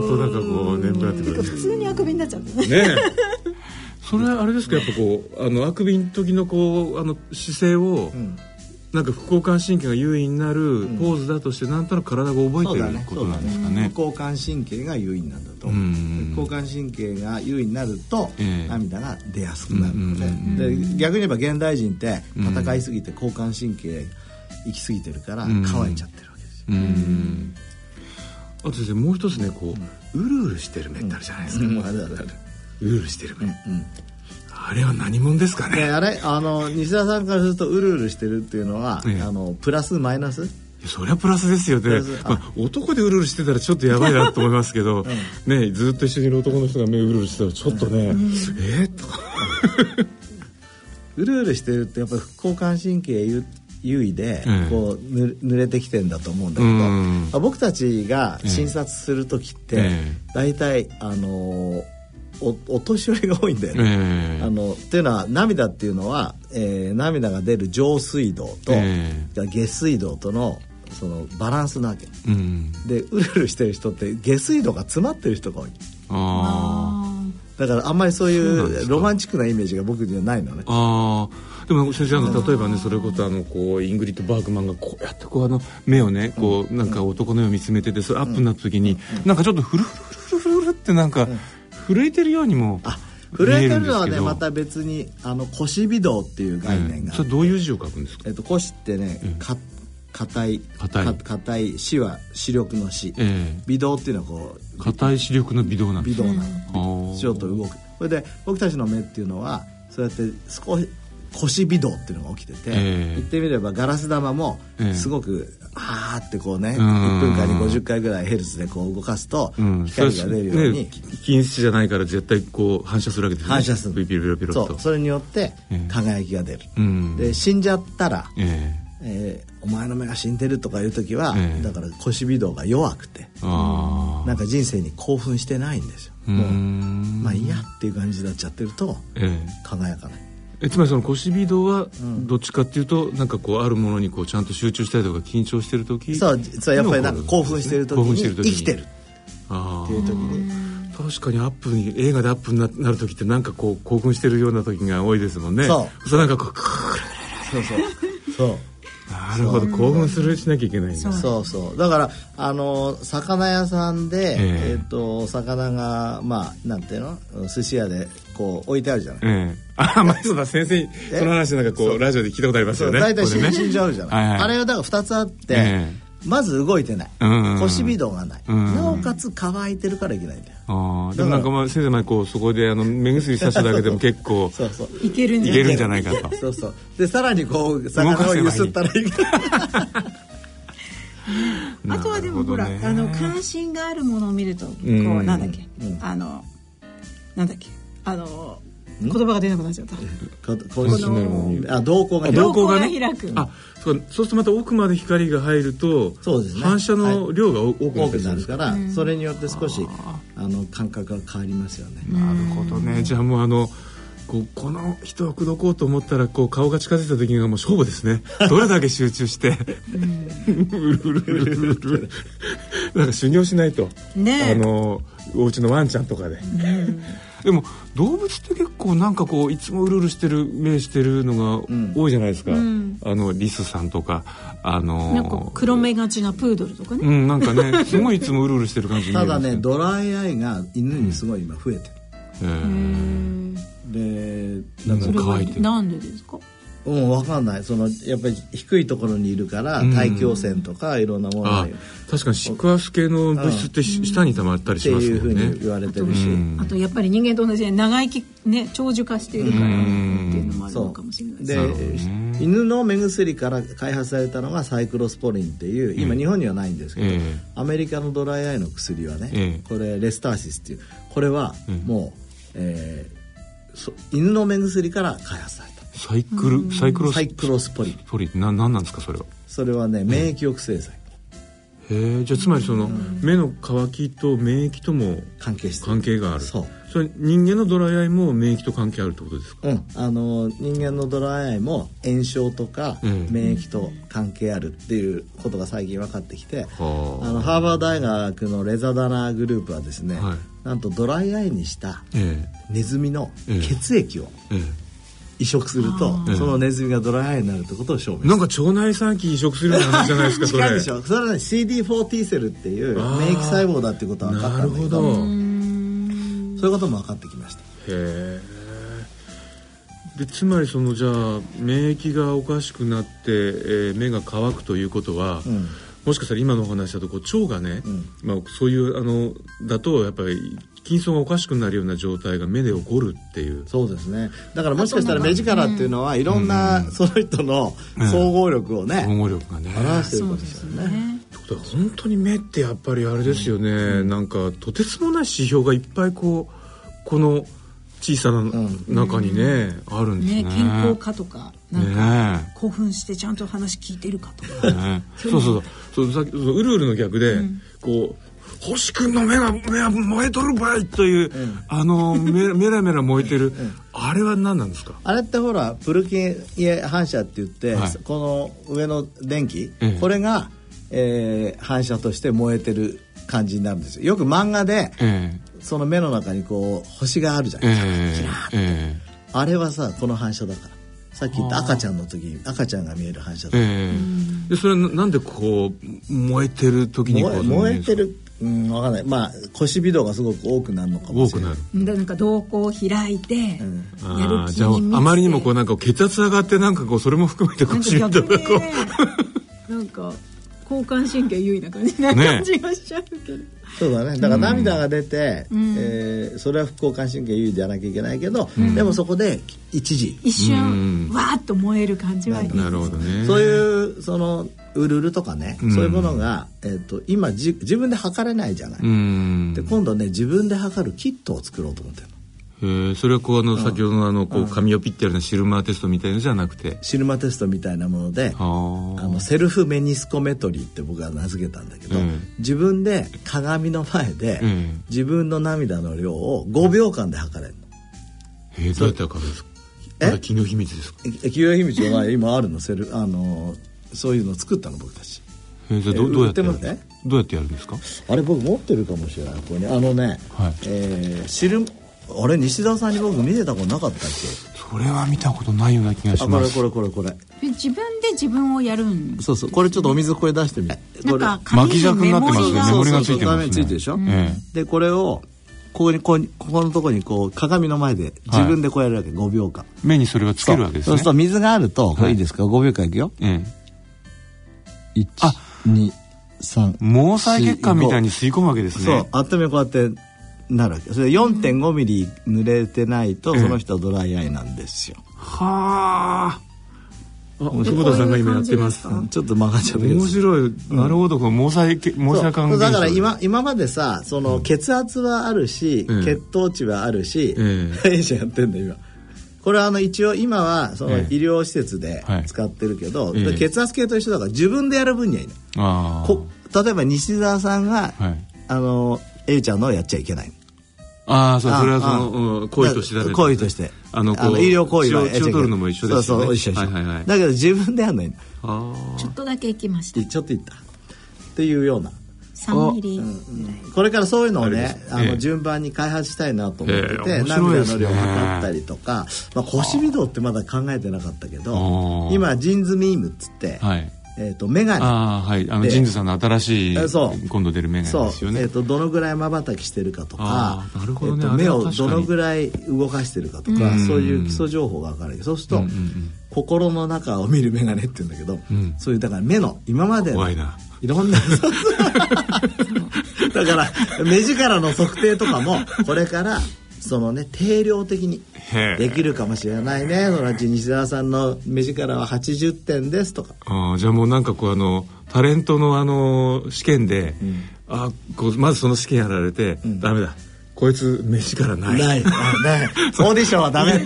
S3: 本当なんかこう眠くなってくる
S4: 普通にあくびになっちゃった
S3: ね
S4: ね。
S3: えそれあれですかやっぱこうあのあくびの時のこうあの姿勢を、なんか副交感神経が優位になるポーズだとして、なんとなく体が覚え
S2: そう
S3: て
S2: だ
S3: る
S2: ね
S3: ことなんですかね
S2: 副交感神経が優位なんだと
S3: うん
S2: 副交感神経が優位になると、
S3: ええ
S2: 涙が出やすくなるので,、
S3: うん
S2: で逆に言えば現代人って戦いすぎて交感神経行き過ぎてるから
S3: ん
S2: 乾いちゃってるわけですよ、
S3: うんあと先生もう一つねこう、うるうるしてる目ってあるじゃないですか、
S2: あるあるある
S3: うるうるしてる目、あれは何者ですかね
S2: であれあの西田さんからするとうるうるしてるっていうのは、
S3: ええ
S2: あのプラスマイナス
S3: いやそりゃプラスですよ
S2: プ
S3: ね
S2: ラス、あ
S3: まあ、男でうるうるしてたらちょっとやばいなと思いますけど、ねずっと一緒にいる男の人が目うるうるしてたらちょっとね、えー、とか
S2: うるうるしてるってやっぱり副交感神経優優位で、
S3: ええ
S2: こうぬ濡れてきてんだと思うんだけど、
S3: うん
S2: あ僕たちが診察する時って、
S3: え
S2: 大体あのーおお年寄りが多いんだよ
S3: え
S2: ね。
S3: え
S2: あのっていうのは涙っていうのは、えー涙が出る上水道と、
S3: え
S2: 下水道とのそのバランスなわけ
S3: うん
S2: でうるうるしてる人って下水道が詰まってる人が多い
S3: あ
S2: だからあんまりそうい
S3: そうなんで
S2: う
S3: すか
S2: ロマンチックなイメージが僕にはないのね
S3: ーあーでも先生あの例えばねそれこそあのこうイングリッド・バーグマンがこうやってこうあの目をねこうなんか男のように見つめててそれアップになった時になんかちょっとフルフルフルフルフルってなんか震えてるようにも
S2: あ
S3: 見
S2: 震えて
S3: え
S2: る
S3: るんで
S2: の
S3: す
S2: は
S3: け
S2: ね
S3: ど
S2: また別にあの腰微動っていう概念
S3: え
S2: が
S3: え
S2: あ
S3: そ
S2: る、
S3: れどういう字を書くんですか
S2: えっと、腰ってね
S3: うん
S2: か硬い
S3: 硬い
S2: か硬い死は視力の死、
S3: ええ
S2: 微動っていうのはこ
S3: 硬い視力の微動な
S2: うん微
S3: です
S2: 動
S3: ね
S2: な
S3: あー
S2: ちょっと動くそれで僕たちの目っていうのはそうやって少し腰微動っていうのが起きてて、
S3: ええ
S2: 言ってみればガラス玉も
S3: ええ
S2: すごく、あーってこうね、
S3: うん
S2: 1分間に50回ぐらいヘルツでこう動かすと
S3: うん、
S2: 光が出るように、
S3: ね、均質じゃないから絶対こう反射するわけですね
S2: 反射する
S3: ピロピロピロピロ
S2: そ
S3: と
S2: うそれによって
S3: ええ
S2: 輝きが出る、
S3: うん
S2: で死んじゃったら
S3: ええ
S2: えーお前の目が死んでる」とかいう時は、
S3: ええ
S2: だから腰微動が弱くて
S3: あ
S2: なんか人生に興奮してないんですよ
S3: あ
S2: もう
S3: うん
S2: まあいいやっていう感じになっちゃってると
S3: ええ
S2: 輝かない
S3: えつまりその腰微動はどっちかっていうと、なんかこうあるものにこうちゃんと集中したりとか緊張してる時
S2: そう実はやっぱりなんか興奮してる時
S3: 興奮
S2: に
S3: してる時
S2: 生
S3: に
S2: きてる
S3: あ
S2: っ
S3: あ
S2: ていう時に
S3: 確かにアップに映画でアップにななる時ってなんかこう興奮してるような時が多いですもんね
S2: そう
S3: そうなんかこうクー
S2: そうそうそう
S3: なるほど興奮するしなきゃいけないんだ
S2: そうそうだからあの魚屋さんで、
S3: ええ
S2: えっとお魚がまあなんていうの寿司屋でこう置いてあるじゃない、
S3: ええあまあそうだ先生
S2: え
S3: その話なんかこうラジオで聞いたことあります
S2: そ
S3: よ
S2: う
S3: ね
S2: 大体
S3: ここでね
S2: 死んじゃうじゃない
S3: はいはい
S2: あれはだから2つあって、
S3: ええ
S2: まず動いてない、
S3: うんうんうん
S2: 腰微動がない、
S3: うん
S2: なおかつ乾いてるからいけないんだよ
S3: ああでもなんかまあ先生前こうそこであの目薬さしただけでも結構
S2: そうそう
S4: いけるん
S3: い
S4: じゃ
S3: け
S4: ない
S3: るんじゃないかと
S2: そうそうでさらにこう魚を揺すったらいけない
S4: あとはでもほら、
S3: なる
S4: あ
S3: ど
S4: の
S3: ね
S4: 関心があるものを見るとこう、
S3: うん
S4: なんだっけ、
S2: うん
S4: あのなんだっけあの
S2: ん
S4: 言葉が出なくなっちゃった
S2: ここ
S3: 関心のあるものを見る
S2: あ瞳孔が
S3: 瞳孔がね
S4: 瞳孔が開く
S3: あそうそうするとまた奥まで光が入ると
S2: そうですね
S3: 反射の量が多くな
S2: 多
S3: っ
S2: く
S3: て
S2: なるから、
S4: うん
S2: それによって少しあの感覚が変わりますよね、
S3: なるほどねじゃあもうあのこうこの人を口説こうと思ったらこう顔が近づいた時がもう勝負ですねどれだけ集中してうるうるうるうるうるなんか修行しないと、
S4: ねえ
S3: あのお家のワンちゃんとかで、でも動物って結構なんかこういつもうるうるしてる目してるのが
S2: ん
S3: 多いじゃないですか、
S4: ん
S3: あのリスさんとかあの
S4: なんか黒目がちなプードルとかね、
S3: うん、なんかね、すごいいつもうるうるしてる感じに見
S2: た
S3: える
S2: だ
S3: んです
S2: ね
S3: けど。
S2: ドライアイが犬にすごい今増えて
S3: え
S2: る、で
S3: う
S2: だ
S3: ん
S2: から
S4: それは
S3: 乾いてる
S4: なんでですか
S2: うん分かんないそのやっぱり低いところにいるから
S3: うん
S2: 大気汚染とかいろんなもの
S3: あ
S2: が
S3: 確かにシックアス系の物質ってし下に溜まったり
S2: って
S3: しま
S2: い
S3: す
S2: う
S3: よ
S2: ふうに
S3: ね。
S2: 言われて
S4: う
S2: るし、
S3: ん
S4: あとやっぱり人間と同じで長生きね長寿化しているからっていうのもある
S2: そ
S4: の
S2: う
S4: かもしれないです
S2: で
S3: るほどね
S2: 犬の目薬から開発されたのがサイクロスポリンっていう今
S3: ええ
S2: 日本にはないんですけど、
S3: ええ
S2: アメリカのドライアイの薬はね、
S3: ええ
S2: これレスターシスっていうこれは
S3: ええ
S2: もう、えーそ犬の目薬から開発され
S3: サイクル、サイクロ
S2: た
S3: ス。
S2: サイクロスポリン
S3: ポリな、なんなんですか、それは。
S2: それはね免疫抑制剤
S3: へえ、じゃあ、つまり、その、目の渇きと免疫とも
S2: 関係してる
S3: 関係がある。
S2: そう
S3: それ、人間のドライアイも免疫と関係あるってことですか。
S2: うん、あの人間のドライアイも炎症とか
S3: うん
S2: 免疫と関係あるっていうことが最近分かってきて、
S3: はあ
S2: あのハーバード大学のレザダナーグループはですね、
S3: はい
S2: なんとドライアイにした
S3: え
S2: ネズミの
S3: ええ
S2: 血液を
S3: え。え
S2: 移植すると、
S3: ー
S2: そのネズミがドライアイになるってことを証明
S3: え。
S2: す
S3: な
S2: る
S3: んか腸内細菌移植するような話じゃないですか、そ
S2: 近い
S3: れ。
S2: でしょそれはね CD4 T セルっていう
S3: あー
S2: 免疫細胞だっていうことは分かった
S3: なんる
S2: だけ
S3: ほ
S2: ど
S3: ど。
S2: そういうことも分かってきました
S3: へえでつまりそのじゃあ免疫がおかしくなって、えー目が乾くということは、
S2: ん
S3: もしかしたら今のお話だとこう腸がね、
S2: ん
S3: まあ、そういうあのだとやっぱり筋層がおかしくなるような状態が目で起こるっていう
S2: そうですねだからもしかしたら目力っていうのはいろんなその人の総合力をね、
S3: 総合力がね
S2: 表
S3: っ
S2: してるかもしれないね
S4: ね
S3: てことは本当に目ってやっぱりあれですよね、なんかとてつもない指標がいっぱいこうこの小さな中にね、あるんですね
S4: ね健康かとかなんか
S3: ねえ
S4: 興奮してちゃんと話聞いてるかとか
S3: ねそうそうそうそうさっきそうウルウルの逆で、こう星君の目が目が燃えとるばいという、あのめメラメラ燃えてる、あれは何なんですか
S2: あれってほらプルキンエ反射って言って、
S3: はい
S2: この上の電気、
S3: ええ
S2: これが、えー反射として燃えてる感じになるんですよよく漫画で、
S3: え
S2: その目の中にこう星があるじゃ
S3: え
S2: ないですか、
S3: えええ
S2: あれはさこの反射だからさっき言った赤ちゃんの時に赤ちゃんが見える反射だから
S3: ええでそれはななんでこう燃えてる時にこ
S2: 燃え
S3: う
S2: 燃えてるうんわかんないまあ腰微動がすごく多くなるのかも
S3: 多
S2: しれ
S3: く
S2: ない
S3: なる
S4: でなんか瞳孔を開いて、
S2: ん
S4: や
S3: あ
S4: る
S3: あ
S4: 気
S3: じゃあ
S4: に満ちて
S3: あまりにもこうなんか血圧上がってなんかこうそれも含めて
S4: なん
S3: 腰
S4: か
S3: にと
S4: 逆
S3: かこ
S4: にね
S3: う
S4: なんか交感神経優位な感じな
S3: ね
S4: 感じがしちゃうけど、
S2: そうだねだから涙が出て、
S4: ん
S2: えーそれは副交感神経優位でやらなきゃいけないけど、でもそこで一時
S4: 一瞬
S3: うん
S4: わーっと燃える感じはいい
S3: なるほどね
S2: そういうそのウルルとかね、
S3: うん
S2: そういうものが、えっと今じ自分で測れないじゃない、
S3: うん
S2: で今度ね自分で測るキットを作ろうと思ってるの
S3: へえそれはこうあの先ほどのあのこう紙をピッてやるようなシルマーテストみたいのじゃなくて
S2: シルマテストみたいなもので
S3: あー
S2: あのセルフメニスコメトリーって僕は名付けたんだけど、
S3: ええ
S2: 自分で鏡の前で、
S3: ええ
S2: 自分の涙の量を5秒間で測れるの
S3: えー、どうやってわかるんですか
S2: え
S3: まだ企業秘密ですか
S2: え企業秘密は今あるのセルあのそういうの作ったの僕たち
S3: えー、じゃあど
S2: えー
S3: どうやってやる
S2: 売ってますね
S3: どうやってやるんですか
S2: あれ僕持ってるかもしれないここにあのね、
S3: はい
S2: えーシルあれ西澤さんに僕見せたことなかったっ
S3: それは見たことないような気が
S2: けあ
S3: し
S2: こ
S3: ま
S2: れ
S3: す
S2: これこれこれ
S4: 自分で自分をやるん
S2: そうそうこれちょっとお水これ出してみて
S4: なん
S2: これ
S4: か紙にメモ
S3: 巻き尺になっ
S4: リ
S3: てますよ
S4: が
S2: そ
S3: ね
S2: うそう
S3: がついてますね
S2: そう画面ついてるでしょ、
S3: え
S2: でこれをここにここにここのとこにこう鏡の前で自分でこうやるわけ、5秒間
S3: え目にそれがつけるわけです
S2: そう
S3: ね
S2: すると水があると、これいいですか5秒間いくよ
S3: え
S2: 123
S3: え毛細血管みたいに吸い込むわけですね
S2: そうあっためこうやってなるわけそれ4 5ミリ濡れてないと、
S3: ええ
S2: その人はドライアイなんですよ、
S3: はあ坪田さんが今やってます
S2: ちょっと曲がっちゃったけど
S3: 面白いなるほどこの毛細血毛細管
S2: そう
S3: 現
S2: だ
S3: 象
S2: から今今までさその血圧はあるし、
S3: ええ
S2: 血糖値はあるし
S3: ええ
S2: 大事、やってんだよ今これはあの一応今はその
S3: ええ
S2: 医療施設で
S3: はい
S2: 使ってるけど、
S3: ええ
S2: 血圧計と一緒だから自分でやる分にはいいの、
S3: ああ
S2: こ例えば西澤さんが、
S3: はい
S2: あの A ちゃんのをやっちゃいけない
S3: ああそう
S2: あ
S3: それはそ
S2: あ
S3: のうん行為としてだめ
S2: 行為として
S3: あのこう
S2: 医療行為は
S3: 血を血を取るのも一緒です
S2: そ
S3: よ
S2: う
S3: ね
S2: そう一緒一緒、
S3: はいはいはい
S2: だけど自分でやんないの
S3: ああ
S4: ちょっとだけ行きました
S2: ちょっといったっていうような
S4: 3ミリ
S2: これからそういうのを
S3: あれ
S2: ね
S3: ですね
S2: あ
S3: え
S2: の
S3: え
S2: 順番に開発したいなと思ってて、
S3: ええ面白い
S2: 涙
S3: です
S2: の
S3: ね
S2: 量を測ったりとか、まあ、腰微動ってまだ考えてなかったけど
S3: あー
S2: 今ジーンズミームっつって、
S3: はい
S2: えー、と眼鏡
S3: ああはいあの
S2: で
S3: ジンズさんの新しい
S2: えそう
S3: 今度出るメガ
S2: そう
S3: ネですよ
S2: え
S3: ね
S2: ー、とどのぐらいまばたきしてるかとか
S3: あーなるほどね
S2: えー、と
S3: あれ
S2: 目
S3: は
S2: を
S3: 確か
S2: ど
S3: に
S2: のぐらい動かしてるかとか、
S3: うん
S2: そういう基礎情報が分かるそうすると、
S3: うんうんうん
S2: 心の中を見る眼鏡って言うんだけど、
S3: ん
S2: そういうだから目の今までの
S3: 怖いない
S2: ろんなそうそうだから目力の測定とかもこれからそのね定量的に
S3: へえ
S2: できるかもしれないねそのうち西澤さんの目力は80点ですとか
S3: ああじゃあもうなんかこうあのタレントのあの試験で、あこうまずその試験やられて、ダメだこいつ目力ない
S2: ないあない オーディションはダメ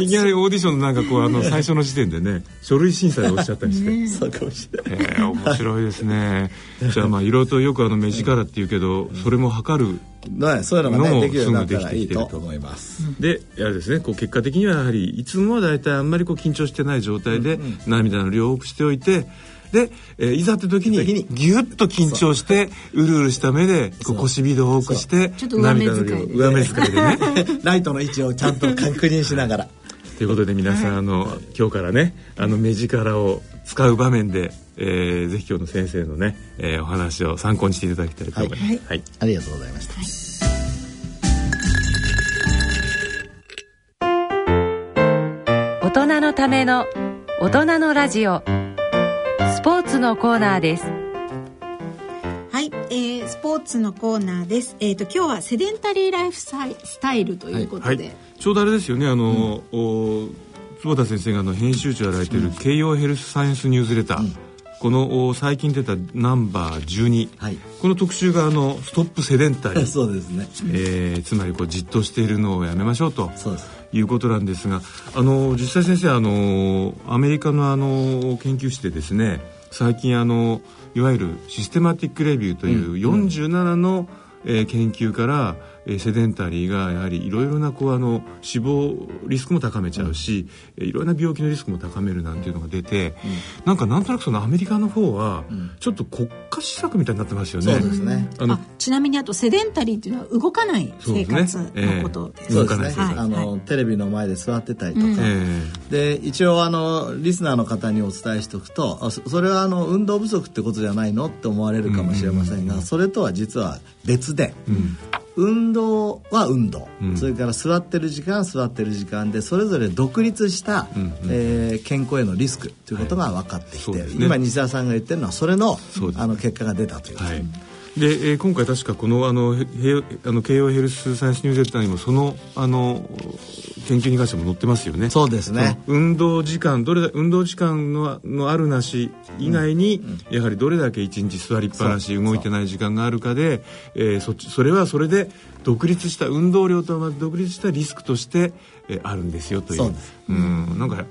S3: いきなりオーディションのなんかこうあの最初の時点でね書類審査で落ちちゃったり して、
S2: そうかもしれない
S3: えー面白いですねじゃあまあいろいろとよくあの目力っていうけどそれも測る
S2: ねそういうのが
S3: の
S2: ね
S3: も
S2: できるようになったらいい
S3: すぐできてきてる
S2: と
S3: と
S2: 思います
S3: であれですねこう結果的にはやはりいつもは大体あんまりこう緊張してない状態で涙の量を多くしておいてで、えーいざって時
S2: 時に
S3: にギュッと緊張してうるうるした目でこう腰微動を多くして
S4: ちょっと上目遣いで
S3: 涙の量上目遣いでね
S2: ライトの位置をちゃんと確認しながら
S3: ということで皆さん、あの今日からねあの目力を使う場面で、えーぜひ今日の先生のね、えーお話を参考にしていただきたいと思います。
S2: はい
S3: はい
S2: ありがとうございました
S1: 大人のための大人のラジオスポーツのコーナーです
S4: はい、えー、スポーツのコーナーです。えっ、と今日はセデンタリーライフサイスタイルということで、
S3: はい、ちょうどあれですよねあの、お坪田先生があの編集長をやられている慶応ヘルスサイエンスニュースレター、このお最近出たナンバー12、
S2: はい
S3: この特集があの「ストップセデンタリ ー」
S2: そうですね
S3: えーつまりこうじっとしているのをやめましょうと
S2: そうです
S3: いうことなんですがあの実際先生あのアメリカのあの研究室でですね最近あのいわゆるシステマティックレビューという47の、えー研究から、えーセデンタリーがやはりいろいろなこうあの死亡リスクも高めちゃうしえーいろ、ん、な病気のリスクも高めるなんていうのが出て、なんかなんとなくそのアメリカの方は、ちょっと国家施策みたいになってますよね。
S2: そうですね
S3: あの
S4: あちなみにあとセデンタリーというのは動かない生活のことです。
S2: そ
S3: そうう
S2: で
S3: ですす
S2: ね
S3: ね
S4: はい
S2: あの、
S4: はい
S2: テレビの前で座ってたりと
S3: え
S2: か、
S3: ー
S2: で一応あのリスナーの方にお伝えしておくとあそそれはあの運動不足ってことじゃないのって思われるかもしれませんが、それとは実は別で、運動は運動、
S3: ん
S2: それから座ってる時間は座ってる時間でそれぞれ独立した、えー健康へのリスクということが分かってきて、
S3: はいそうですね
S2: 今西田さんが言ってるのはそれの
S3: そうです
S2: あの結果が出たということ
S3: は
S2: です
S3: い
S2: ね、
S3: でえー今回確かこのあのへへあの慶応ヘルスサイエンスニュースレターにもそのあの研究に関しても載ってますよね
S2: そうですね
S3: その運動時間どれだ運動時間ののあるなし以外に、やはりどれだけ一日座りっぱなし
S2: そう
S3: 動いてない時間があるかで、えーそっちそれはそれで独立した運動量とはまた独立したリスクとして、えーあるんですよという
S2: そうです
S3: うんなんか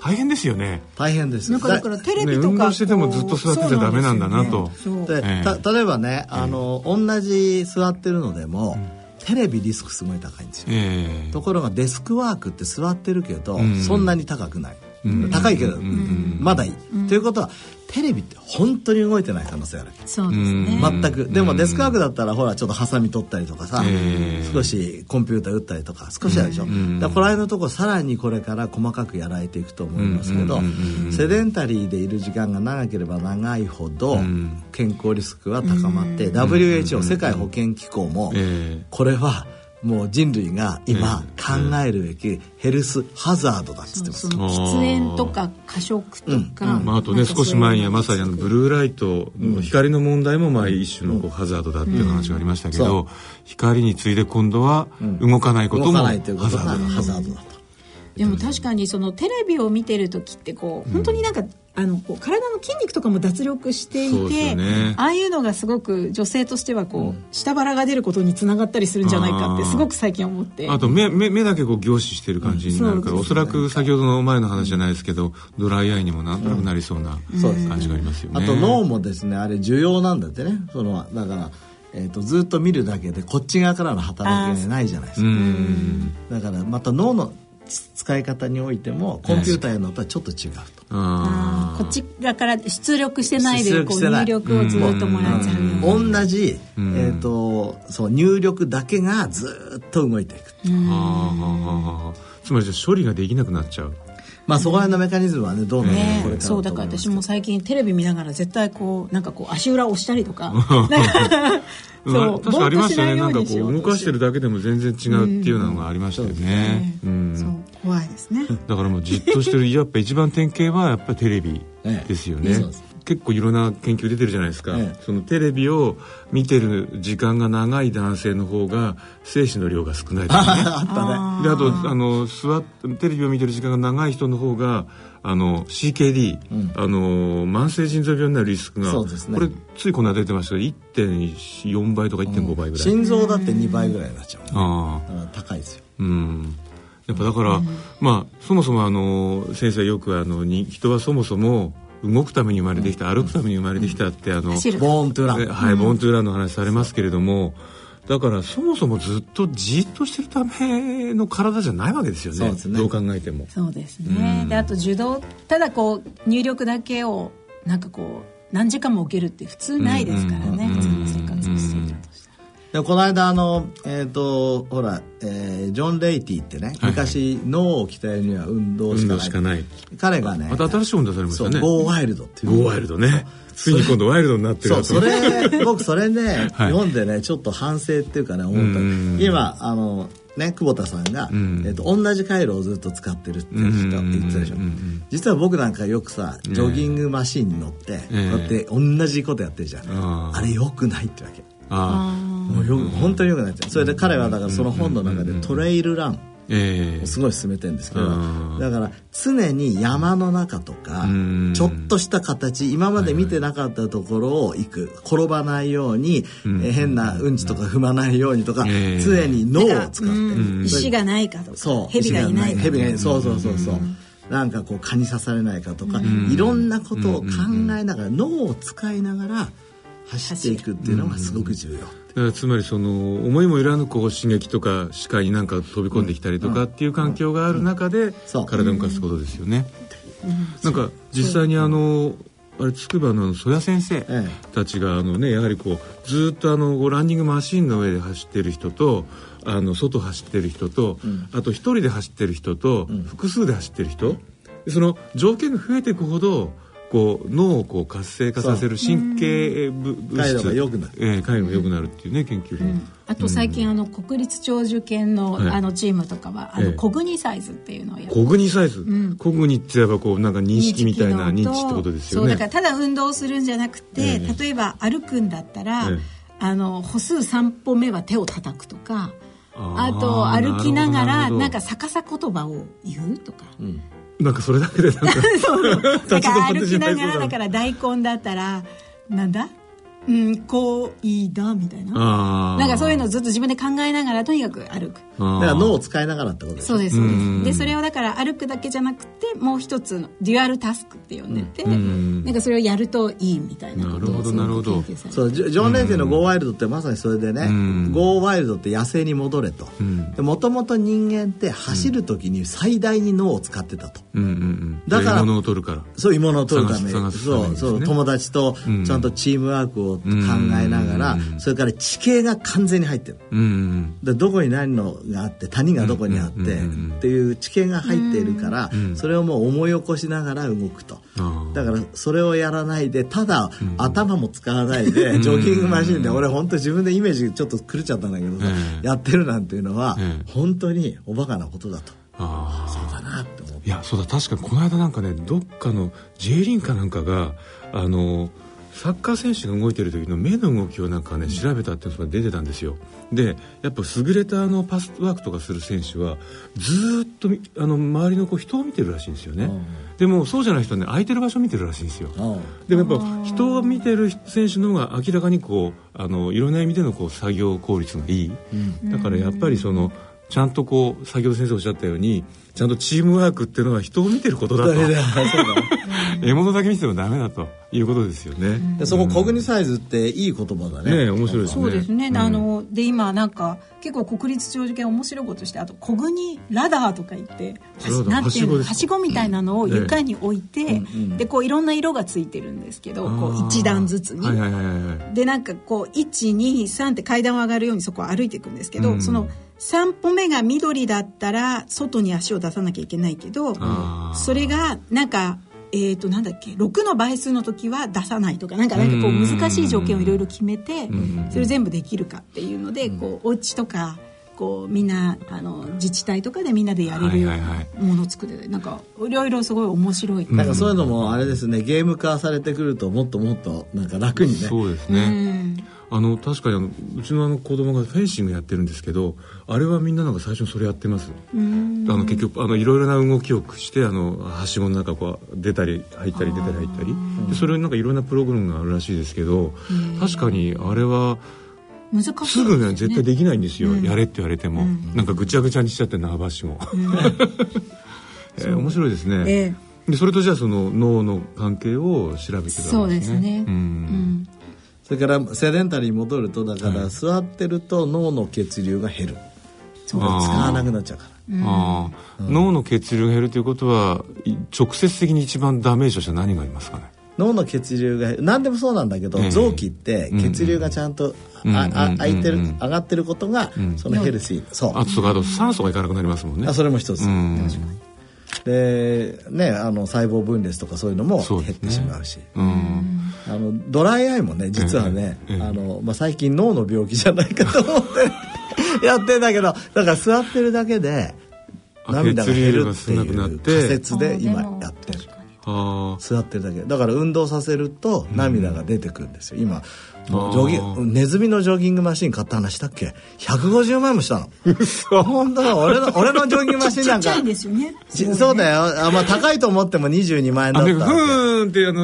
S3: 大変ですよね
S2: 大変です
S4: なんかだからテレビとか、
S3: ね運動してても
S4: こう
S3: ずっと座ってちゃダメなんだなと
S4: そうなんですよねそう
S2: で
S3: ええ
S2: た例えばねあの、同じ座ってるのでも、テレビリスクすごい高いんですよ、
S3: ええ
S2: ところがデスクワークって座ってるけど、
S3: ん
S2: そんなに高くない、
S3: ん
S2: 高いけど、
S3: ん
S2: まだいい、ということはテレビって本当に動いてない可能性ある
S4: そうですね、
S3: うん
S2: 全くでもデスクワークだったらほらちょっとハサミ取ったりとかさ、
S3: ええ
S2: 少しコンピューター打ったりとか少しあるでしょ、だからこの間のところさらにこれから細かくやられていくと思いますけど、
S3: うんうんうん
S2: セデンタリーでいる時間が長ければ長いほど
S3: ん
S2: 健康リスクは高まって、WHO 世界保健機構も、
S3: ええ
S2: これはもう人類が今考えるべきヘルスハザードだって言ってます、
S4: その喫煙とか過食とか、
S3: まあ、あとね
S4: なんか
S3: 少し前にはまさにあの
S4: そう
S3: ブルーライトの光の問題もまあ一種のこうハザードだっていう話がありましたけど、
S2: う
S3: 光に次いで今度は動かないこと
S2: 動
S3: も
S2: かな
S3: ハ
S2: いと
S3: ザ
S2: い
S3: ー
S2: う
S3: ド
S2: ことが
S3: だ
S2: ハザードだと。
S4: でも確かにそのテレビを見てる時ってこう本当になんか、あのこう体の筋肉とかも脱力してい
S3: そうです
S4: て、
S3: よね
S4: ああいうのがすごく女性としてはこう、下腹が出ることにつながったりするんじゃないかって
S3: あー
S4: すごく最近思って
S3: あと目目目だけこう凝視してる感じになるから、
S4: うん
S3: おそらく先ほどの前の話じゃないですけどドライアイにもなんとなくなりそうな
S2: そうです
S3: 感じがありますよね。
S2: あと脳もですねあれ需要なんだってねそのだから、えー、とずっと見るだけでこっち側からの働きがないじゃないです
S3: う
S2: か
S3: ん
S2: だからまた脳のつ使い方においてもコンピューターへのとはちょっと違うと。
S3: あ
S4: あーこっち側から出力してない
S2: 出
S4: で
S2: 力
S4: こ
S2: し
S4: う
S2: てない
S4: 入力をずっともらっちゃうような
S2: 同じ、えー、とそう入力だけがずっと動いていく、
S3: ーはあはあはあはあつまりじゃあ処理ができなくなっちゃう。
S2: まあそこら辺のメカニズムはねどうなるかこれからだと思い
S4: ね、
S2: ます
S4: そうだから私も最近テレビ見ながら絶対こうなんかこう足裏押したりとかなんか
S3: うん確かありましたねなんかこ
S4: よ
S3: う動かしてるだけでも全然違うっていうのがありましたよね。うん
S4: そう怖いですね
S3: だからもうじっとしてるやっぱ一番典型はやっぱりテレビですよね、
S2: ええそうです
S3: 結構いろんな研究出てるじゃないですか、
S2: ええ
S3: そのテレビを見てる時間が長い男性の方が精子の量が少ないとかね
S2: あったね
S3: であとあの座ってテレビを見てる時間が長い人の方があの CKD、あの慢性腎臓病になるリスクが
S2: そうですね
S3: これついこの間出てましたけど1.4倍とか1.5倍ぐらい、
S2: 心臓だって2倍ぐらいになっちゃう、
S3: ああ
S2: だから高いですよ
S3: うん、やっぱだから、まあそもそもあの先生よくあのに人はそもそも動くために生まれてきた、歩くために生まれてきたって、あの
S4: 走る
S2: ボーントゥラ
S3: え
S2: ン
S3: はい、ボーントゥーランの話されますけれども、だからそもそもずっとじっとしてるための体じゃないわけですよね
S2: そうですね
S3: どう考えても。
S4: そうですねであと受動ただこう入力だけをなんかこう何時間も受けるって普通ないですからね普通の生活をしていたとしたら
S2: でこの間あのえっ、とほら、えージョン・レイティってね
S3: はい
S2: 昔、脳を鍛えるには運動しか
S3: 運動
S2: ない
S3: しかない。
S2: 彼がね
S3: また新しい本出されまし
S2: そ
S3: た
S2: う
S3: ね。
S2: ゴーワイルドっていう
S3: ゴーワイルドね。ついに今度ワイルドになってる
S2: そ
S3: や
S2: う
S3: つ
S2: それ僕それね、
S3: はい
S2: 読んでねちょっと反省っていうかね思った
S3: うん
S2: 今あのね久保田さんが、
S3: ん
S2: えっと同じ回路をずっと使ってるって人言ってたでしょ
S3: うんうんうんうん
S2: 実は僕なんかよくさジョギングマシンに乗って、
S3: え
S2: こうやって同じことやってるじゃん、
S3: あー
S2: あれよくないってわけ
S3: ああ。
S2: もうよく本当によくなっちゃうそれで彼はだからその本の中でトレイルラン
S3: ええ
S2: をすごい進めてるんですけど
S3: うん
S2: だから常に山の中とか
S3: うん
S2: ちょっとした形今まで見てなかったところを行く転ばないようにえ変なうんちとか踏まないようにとか
S3: ええ
S2: 常に脳を使って
S4: うん石がないかと
S2: そ
S4: か
S2: う
S4: 蛇がいないかと
S2: 蛇
S4: か
S2: がいないそうそうそうそうなんかこう蚊に刺されないかとかいろんなことを考えながら脳を使いながら走っていくっていうのがすごく重要。
S3: だからつまりその思いもいらぬこう刺激とか視界になんか飛び込んできたりとかっていう環境がある中で
S2: そう
S3: 体を動かすことですよね。なんか実際にあのあれ筑波の曽谷先生
S2: え
S3: たちがあのねやはりこうずっとあのこうランニングマシンの上で走ってる人とあの外走ってる人と、あと一人で走ってる人と、複数で走ってる人でその条件が増えていくほどこう脳をこう活性化させる神経ぶ物質
S2: 回路が良くなる
S3: えー回路が良くなるっていうね研究も。
S4: あと最近あの国立長寿研の
S3: はい
S4: あのチームとかはあ
S3: ええ
S4: のコグニサイズっていうのをやって
S3: コグニサイズ、コグニって言えばこうなんか認識みたいな認知ってことですよ
S4: そう
S3: ね
S4: だからただ運動するんじゃなくて、
S3: ええ
S4: 例えば歩くんだったら、
S3: ええ
S4: あの歩数3歩目は手を叩くとかあと歩きながらなんか逆さ言葉を言うとか
S2: うん
S3: なんか それだけでなんか
S4: だ
S3: 立ち
S4: か
S3: 止ま
S4: ら
S3: って
S4: 歩
S3: し
S4: き
S3: ま
S4: ない
S3: そ
S4: が
S3: う
S4: らだ
S3: だ
S4: から大根だったらなんだうんこういいだみたいな
S3: あー
S4: なんかそういうのをずっと自分で考えながらとにかく歩く
S3: あー
S2: だから脳を使いながらってことです
S4: そうですそうで
S3: うん
S4: すでそれをだから歩くだけじゃなくてもう一つのデュアルタスクって呼んでて、
S3: ん
S4: なんかそれをやるといいみたいなこと
S3: なるほど
S4: をすごく
S3: なるほど
S4: 研究されて
S2: そうジョジョン・レイテの「ゴーワイルド」ってまさにそれでね「
S3: うん
S2: ゴーワイルド」って野生に戻れと
S3: うん
S2: もともと人間って走る時に最大に脳を使ってたと。
S3: うんうんうん
S2: だから
S3: 獲物を取るから
S2: そういうものを取るため
S3: 探す探すために
S2: そうそう
S3: ですね
S2: 友達と
S3: うん
S2: ちゃんとチームワークを考えながら、
S3: うん
S2: それから地形が完全に入ってる
S3: うんうん
S2: でどこに何のがあって谷がどこにあって
S3: うんうんうん
S2: っていう地形が入っているから、
S3: ん
S2: それをもう思い起こしながら動くと。
S3: あー
S2: だからそれをやらないでただ頭も使わないでジョギングマシンで俺本当自分でイメージちょっと狂っちゃったんだけどさ
S3: ええ
S2: やってるなんていうのは
S3: ええ
S2: 本当におバカなことだと
S3: あー
S2: だなって思って
S3: いやそうだ確かにこの間なんかねどっかの J リンかなんかがあのサッカー選手が動いてる時の目の動きをなんかね調べたっていうのが出てたんですよでやっぱ優れたあのパスワークとかする選手はずーっとみあの周りのこう人を見てるらしいんですよね、でもそうじゃない人はね空いてる場所を見てるらしいんですよ、
S2: うん
S3: でもやっぱ人を見てる選手の方が明らかにこうあのいろんな意味でのこう作業効率がいい、だからやっぱりそのちゃんとこう先ほど先生おっしゃったようにちゃんとチームワークっていうのは人を見てることだと
S2: それでそうだ
S3: 獲物だけ見ててもダメだということですよね、
S2: でそこコグニサイズっていい言葉だね
S3: ね面白いですね
S4: そうですね、
S3: うん
S4: あので今なんか結構国立長寿研面白いことしてあと小国ラダーとか言って
S3: ラダー
S4: なんていう
S3: はしご
S4: の
S3: ですか
S4: はしごみたいなのを床に置いて、でこういろんな色がついてるんですけど、こう一段ずつに、
S3: はいはいはいはい
S4: でなんかこう123って階段を上がるようにそこを歩いていくんですけど、
S3: うん
S4: その3歩目が緑だったら外に足を出さなきゃいけないけど
S3: あー
S4: それがなんか。えー、となんだっけ6の倍数の時は出さないとかなんかなんかこう
S3: うん
S4: 難しい条件をいろいろ決めて
S3: ん
S4: それ全部できるかっていうのでこうお家とかこうみんなあの自治体とかでみんなでやれるよう
S3: はいはいは
S4: なものを作っててなんかいろいろすごい面白い、
S2: なんかそういうのもあれですねゲーム化されてくるともっともっとなんか楽にね
S3: そうですね、あの確かにあのうちのあの子供がフェンシングやってるんですけどあれはみんななんか最初にそれやってますあの結局あのいろいろな動きをしてあのはしごの中こう出たり入ったり出たり入ったりでそれになんかいろんなプログラムがあるらしいですけど確かにあれは
S4: 難しいですよ
S3: ぐね絶対できないんですよ、やれって言われても、なんかぐちゃぐちゃにしちゃって縄ばしご、 えー面白いですね、
S4: え
S3: でそれとじゃあその脳の関係を調べてたんですね
S4: そうですね
S3: うん
S2: それからセデンタリーに戻るとだから座ってると脳の血流が減る使
S3: あー
S2: わなくなっちゃうから
S3: ああ脳の血流が減るということはい直接的に一番ダメージとしては何がありますかね
S2: 脳の血流が何でもそうなんだけど、
S3: ええ
S2: 臓器って血流がちゃんと、あ
S3: うんうんうんう
S2: あ
S3: ん
S2: 空いてる、上がってることが、そのヘルシーそう
S3: あとそうかあと酸素がいかなくなりますもんね
S2: あそれも一つ、
S3: うん
S2: でねあの細胞分裂とかそういうのも
S3: そ
S2: 減
S3: うです
S2: っ
S3: ね
S2: てしまうし
S3: うん
S2: あのドライアイもね実はね、
S3: ええええ
S2: あのまあ、最近脳の病気じゃないかと思 ってやってんだけどだから座ってるだけで
S3: あ
S2: 涙が減るって
S3: 血流が少なくなっ
S2: いう
S3: て
S2: 仮説で今
S4: あでも
S2: やってる。
S3: あ
S2: 座ってるだけだから運動させると涙が出てくるんですよ、今もうジョギ
S3: あー
S2: ングネズミのジョギングマシン買った話したっけ150万円もしたの本当だ俺の俺のジョギングマシンなん
S4: ちっちゃ
S2: か
S4: いんですよね
S2: ちそうだよあ、まあ、高いと思っても22万円だ
S3: ああ
S2: っ
S3: で
S2: たわけ
S3: ふーんってあの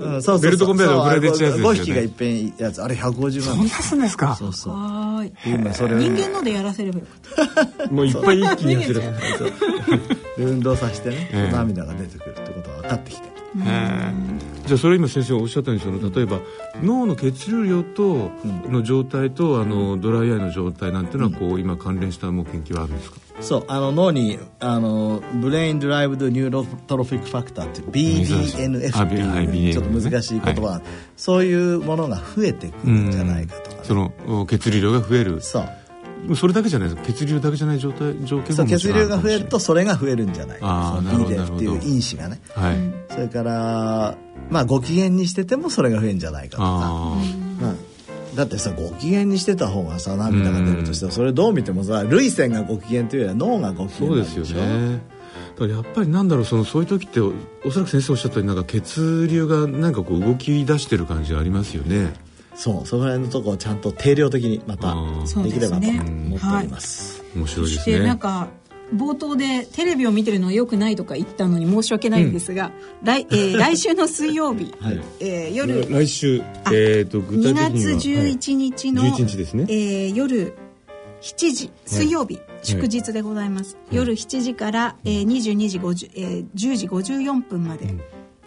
S3: あ
S2: うん
S3: の
S2: そうそうそう
S3: ベルトコンベヤーで送られてっちゃうやつですよ、
S2: 5
S3: ね、
S2: 匹がいっぺんやつあれ150万円
S3: すんですか
S2: そうそう
S4: はーい
S2: 今それを
S4: 人間のでやらせればよかった
S3: もういっぱい一気に痩せる
S2: そうで運動させてね、
S3: ええ
S2: 涙が出てくるってことが分かってきて
S3: へえじゃあそれ今先生がおっしゃったようにその例えば脳の血流量との状態とあのドライアイの状態なんていうのはこう今関連したもう研究はあるんですか
S2: そうあの脳にあのブレインドライブドニューロトロフィックファクターっていう
S3: あ
S2: BDNF って
S3: はい
S2: いう
S3: BDNF
S2: ちょっと難しい言葉、
S3: は
S2: そういうものが増えてくるんじゃないかとかね、
S3: そのお血流量が増える
S2: そう
S3: それだけじゃないです血流だけじゃない状態条件
S2: そ
S3: も
S2: う
S3: もち
S2: 血
S3: ろんあ
S2: 流
S3: るか
S2: が
S3: も
S2: 増
S3: しれ
S2: え
S3: ない
S2: るとそれが増えるんじゃない
S3: あ
S2: か
S3: ーなるほ
S2: BDNF
S3: ど
S2: ってい
S3: なる
S2: う
S3: ほど
S2: 因子がね
S3: はい、
S2: それからまあご機嫌にしててもそれが増えるんじゃないかとか、
S3: ああ
S2: うんだってさご機嫌にしてた方がさ涙が出るとしてもそれどう見てもさ涙腺がご機嫌というよりは脳がご機嫌
S3: そう
S2: なん
S3: で
S2: でし
S3: す
S2: ょ
S3: よねだからやっぱりなんだろうそのそういう時っておおそらく先生おっしゃったようになんか血流がなんかこう動き出してる感じがありますよね
S2: そうその辺のとこをちゃんと定量的にまた
S3: あー
S4: そう
S2: で
S4: で
S2: きれ
S4: す
S2: ばと
S4: ね
S2: 思っております、
S3: 面白
S4: そ
S3: いで
S4: し
S3: す
S4: て
S3: ね
S4: なんか冒頭でテレビを見てるのは良くないとか言ったのに申し訳ないんですが、来えー来週の水曜日、
S2: はい
S4: えー夜
S3: 来週えっ、と具
S4: 2
S3: 体的
S4: 月
S3: には
S4: 11日の、
S3: はい11日ですね
S4: えー夜7時水曜日、祝日でございます、夜7時から、えー22時50、えー10時54分まで、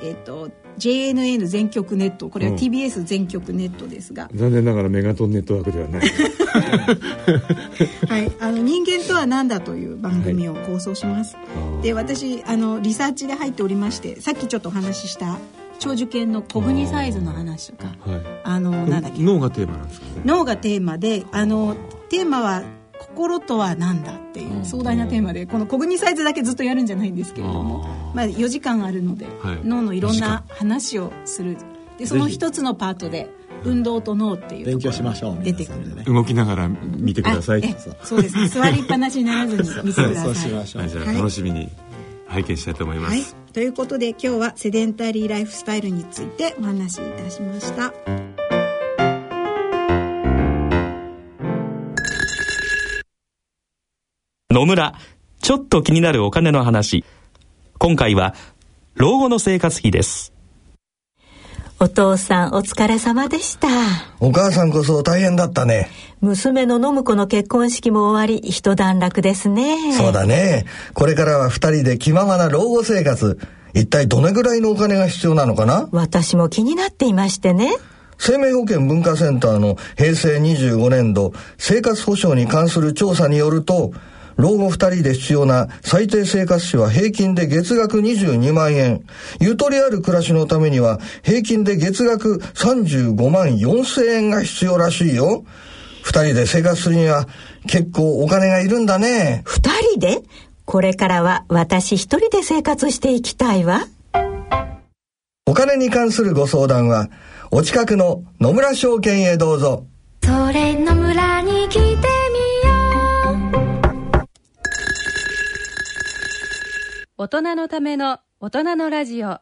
S4: えっ、と JNN 全局ネットこれは
S3: うん
S4: TBS 全局ネットですが、
S3: 残念ながらメガトンネットワークではない
S4: はい、あの人間とは何だという番組を構想します、
S3: ー
S4: で私あのリサーチで入っておりましてさっきちょっとお話しした長寿犬の小国サイズの話とか
S3: は
S4: あのなんだっ
S3: い
S4: け
S3: 脳がテーマなんですかね
S4: 脳がテーマであのテーマは「心とは何だ」っていう壮大なテーマでこの小国サイズだけずっとやるんじゃないんですけれども
S3: あ
S4: まあ、4時間あるので、
S3: はい
S4: 脳のいろん
S3: 4時間
S4: な話をするでその一つのパートで「運動と脳」っていうところ
S2: 勉強しましょう
S4: 出
S2: 皆
S4: てく
S2: さん
S4: る
S2: でね
S3: 動きながら見てください
S4: あえそうですね座りっぱなしにならずに見て
S2: そ
S4: く
S2: う そ
S4: ださ
S2: うし
S4: い
S2: ましょう、
S3: はいじゃあ
S4: はい
S3: 楽しみに拝見したいと思いま
S4: はい
S3: す、、
S4: ということで今日はセデンタリーライフスタイルについてお話しいたしました
S7: 野村、ちょっと気になるお金の話。今回は、老後の生活費です。
S8: お父さんお疲れ様でした
S9: お母さんこそ大変だったね。
S8: 娘の信子の結婚式も終わり一段落ですね
S9: そうだね。これからは二人で気ままな老後生活。一体どれぐらいのお金が必要なのかな
S8: 私も気になっていましてね
S9: 生命保険文化センターの平成25年度生活保障に関する調査によると、老後二人で必要な最低生活費は平均で月額22万円。ゆとりある暮らしのためには平均で月額35万4千円が必要らしいよ。二人で生活するには結構お金がいるんだね。
S8: 二人でこれからは私一人で生活していきたいわ
S9: お金に関するご相談は、お近くの野村証券へどうぞ。
S6: それの村に来てみよう
S1: 大人のための大人のラジオ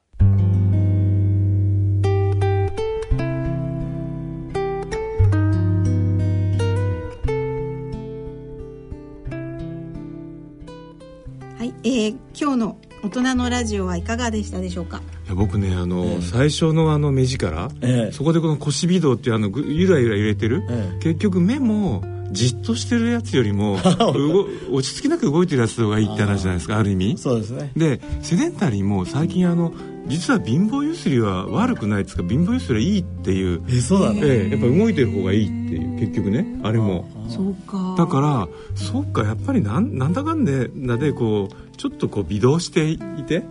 S4: はい、えー今日の大人のラジオはいかがでしたでしょうか
S3: いや僕ねあの、最初のあの目力、
S2: ええ
S3: そこでこの腰微動っていうあのぐゆらゆら揺れてる、
S2: ええ
S3: 結局目もじっとしてるやつよ りも動落ち着きなく動いてるやつの方がいいって話じゃないですかある意味
S2: そうですね
S3: でセデンタリーも最近あの実は貧乏ゆすりは悪くないっつうか貧乏ゆすりはいいっていう、
S2: えそうだね、
S3: ええやっぱ動いてる方がいいっていう結局ねあれも。
S4: そうか
S3: だからそうかやっぱりなんなんだかんでだでこうちょっとこう微動していて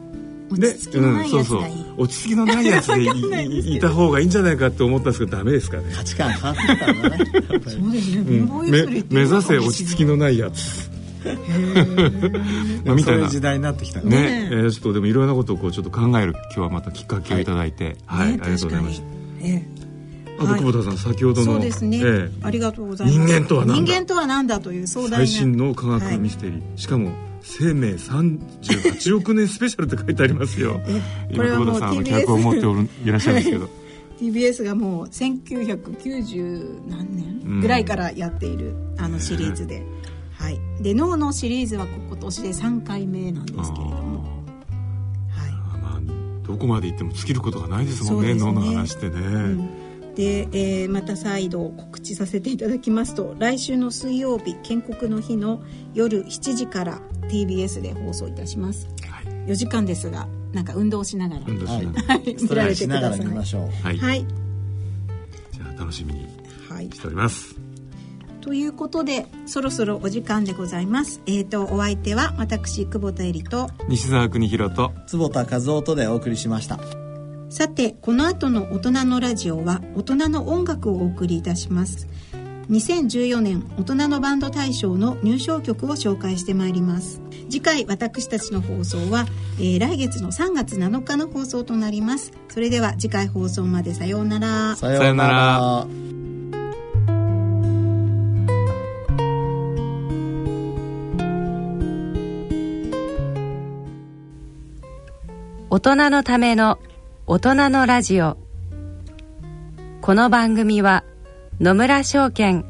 S3: で
S4: 落ち着きのないやつがい
S3: う
S4: い、
S3: ん、そうそう落ち着きのないやつでい
S4: わかんないですけど
S3: いいた方がいいんじゃないかと思ったんですけどダメですかね、
S2: 価値観変わってきたんだね やっぱり
S4: そうですね
S3: う
S4: 貧
S3: ん
S4: 乏
S3: め
S4: ゆすりって
S3: 目
S4: いう
S3: 指
S4: のか
S3: せ
S4: も
S3: 落ち
S4: しれない
S3: 着きのないやつまあみ
S2: そ
S3: た
S2: う
S3: い
S2: い
S3: な
S2: う時代になってきたから
S3: ねえーちょっとでもいろんなことをこうちょっと考える今日はまたきっかけをいただいて、はい
S4: ね
S3: ありがとうございました
S4: 確かにええ
S3: あと
S4: はい
S3: 久保田さん先ほどの
S4: そうですね、
S3: えー
S4: ありがとうございま
S3: 人
S4: す
S3: 間とは何だ
S4: 人間とは何だという壮大な
S3: 最新の科学ミステリー、しかも生命38億年スペシャルって書いてありますよ
S4: こ
S3: 今
S4: れは
S3: 久
S4: もう
S3: 保田さん
S4: TBS
S3: の脚を持っておるいらっしゃるんですけ ど
S4: TBS がもう1990何
S3: うん
S4: 年ぐらいからやっているあのシリーズで、はい、で脳のシリーズは今年で3回目なんですけれども、は
S3: あーまあどこまで行っても尽きることがないですもんね
S4: そ
S3: 脳
S4: うですね
S3: の話ってね、
S4: いうん、で、えーまた再度告知させていただきますと来週の水曜日建国の日の夜7時から TBS で放送いたします
S3: はい
S4: 4時間ですがなんか運動しながら、
S3: 運動しながら
S4: はい
S2: スト
S4: 見
S2: レ
S4: ら
S2: ッチ
S4: れ
S2: して
S4: く
S2: なが
S4: だ
S2: ら
S4: さ
S2: 見
S4: い
S2: ましょう
S3: はい、
S4: はい、
S3: じゃあ楽しみに
S4: はい
S3: しております
S4: ということでそろそろお時間でございますえー、とお相手は私久保田絵里と
S3: 西澤邦弘と
S2: 坪田和夫とでお送りしました
S4: さてこの後の「大人のラジオ」は大人の音楽をお送りいたします2014年大人のバンド大賞の入賞曲を紹介してまいります次回私たちの放送は、えー来月の3月7日の放送となりますそれでは次回放送までさようなら
S2: さよ
S3: さよ
S2: う
S3: う
S2: な
S3: な
S2: ら
S3: ら
S1: 大人のための大人のラジオこの番組は野村証券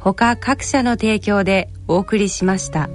S1: 他各社の提供でお送りしました。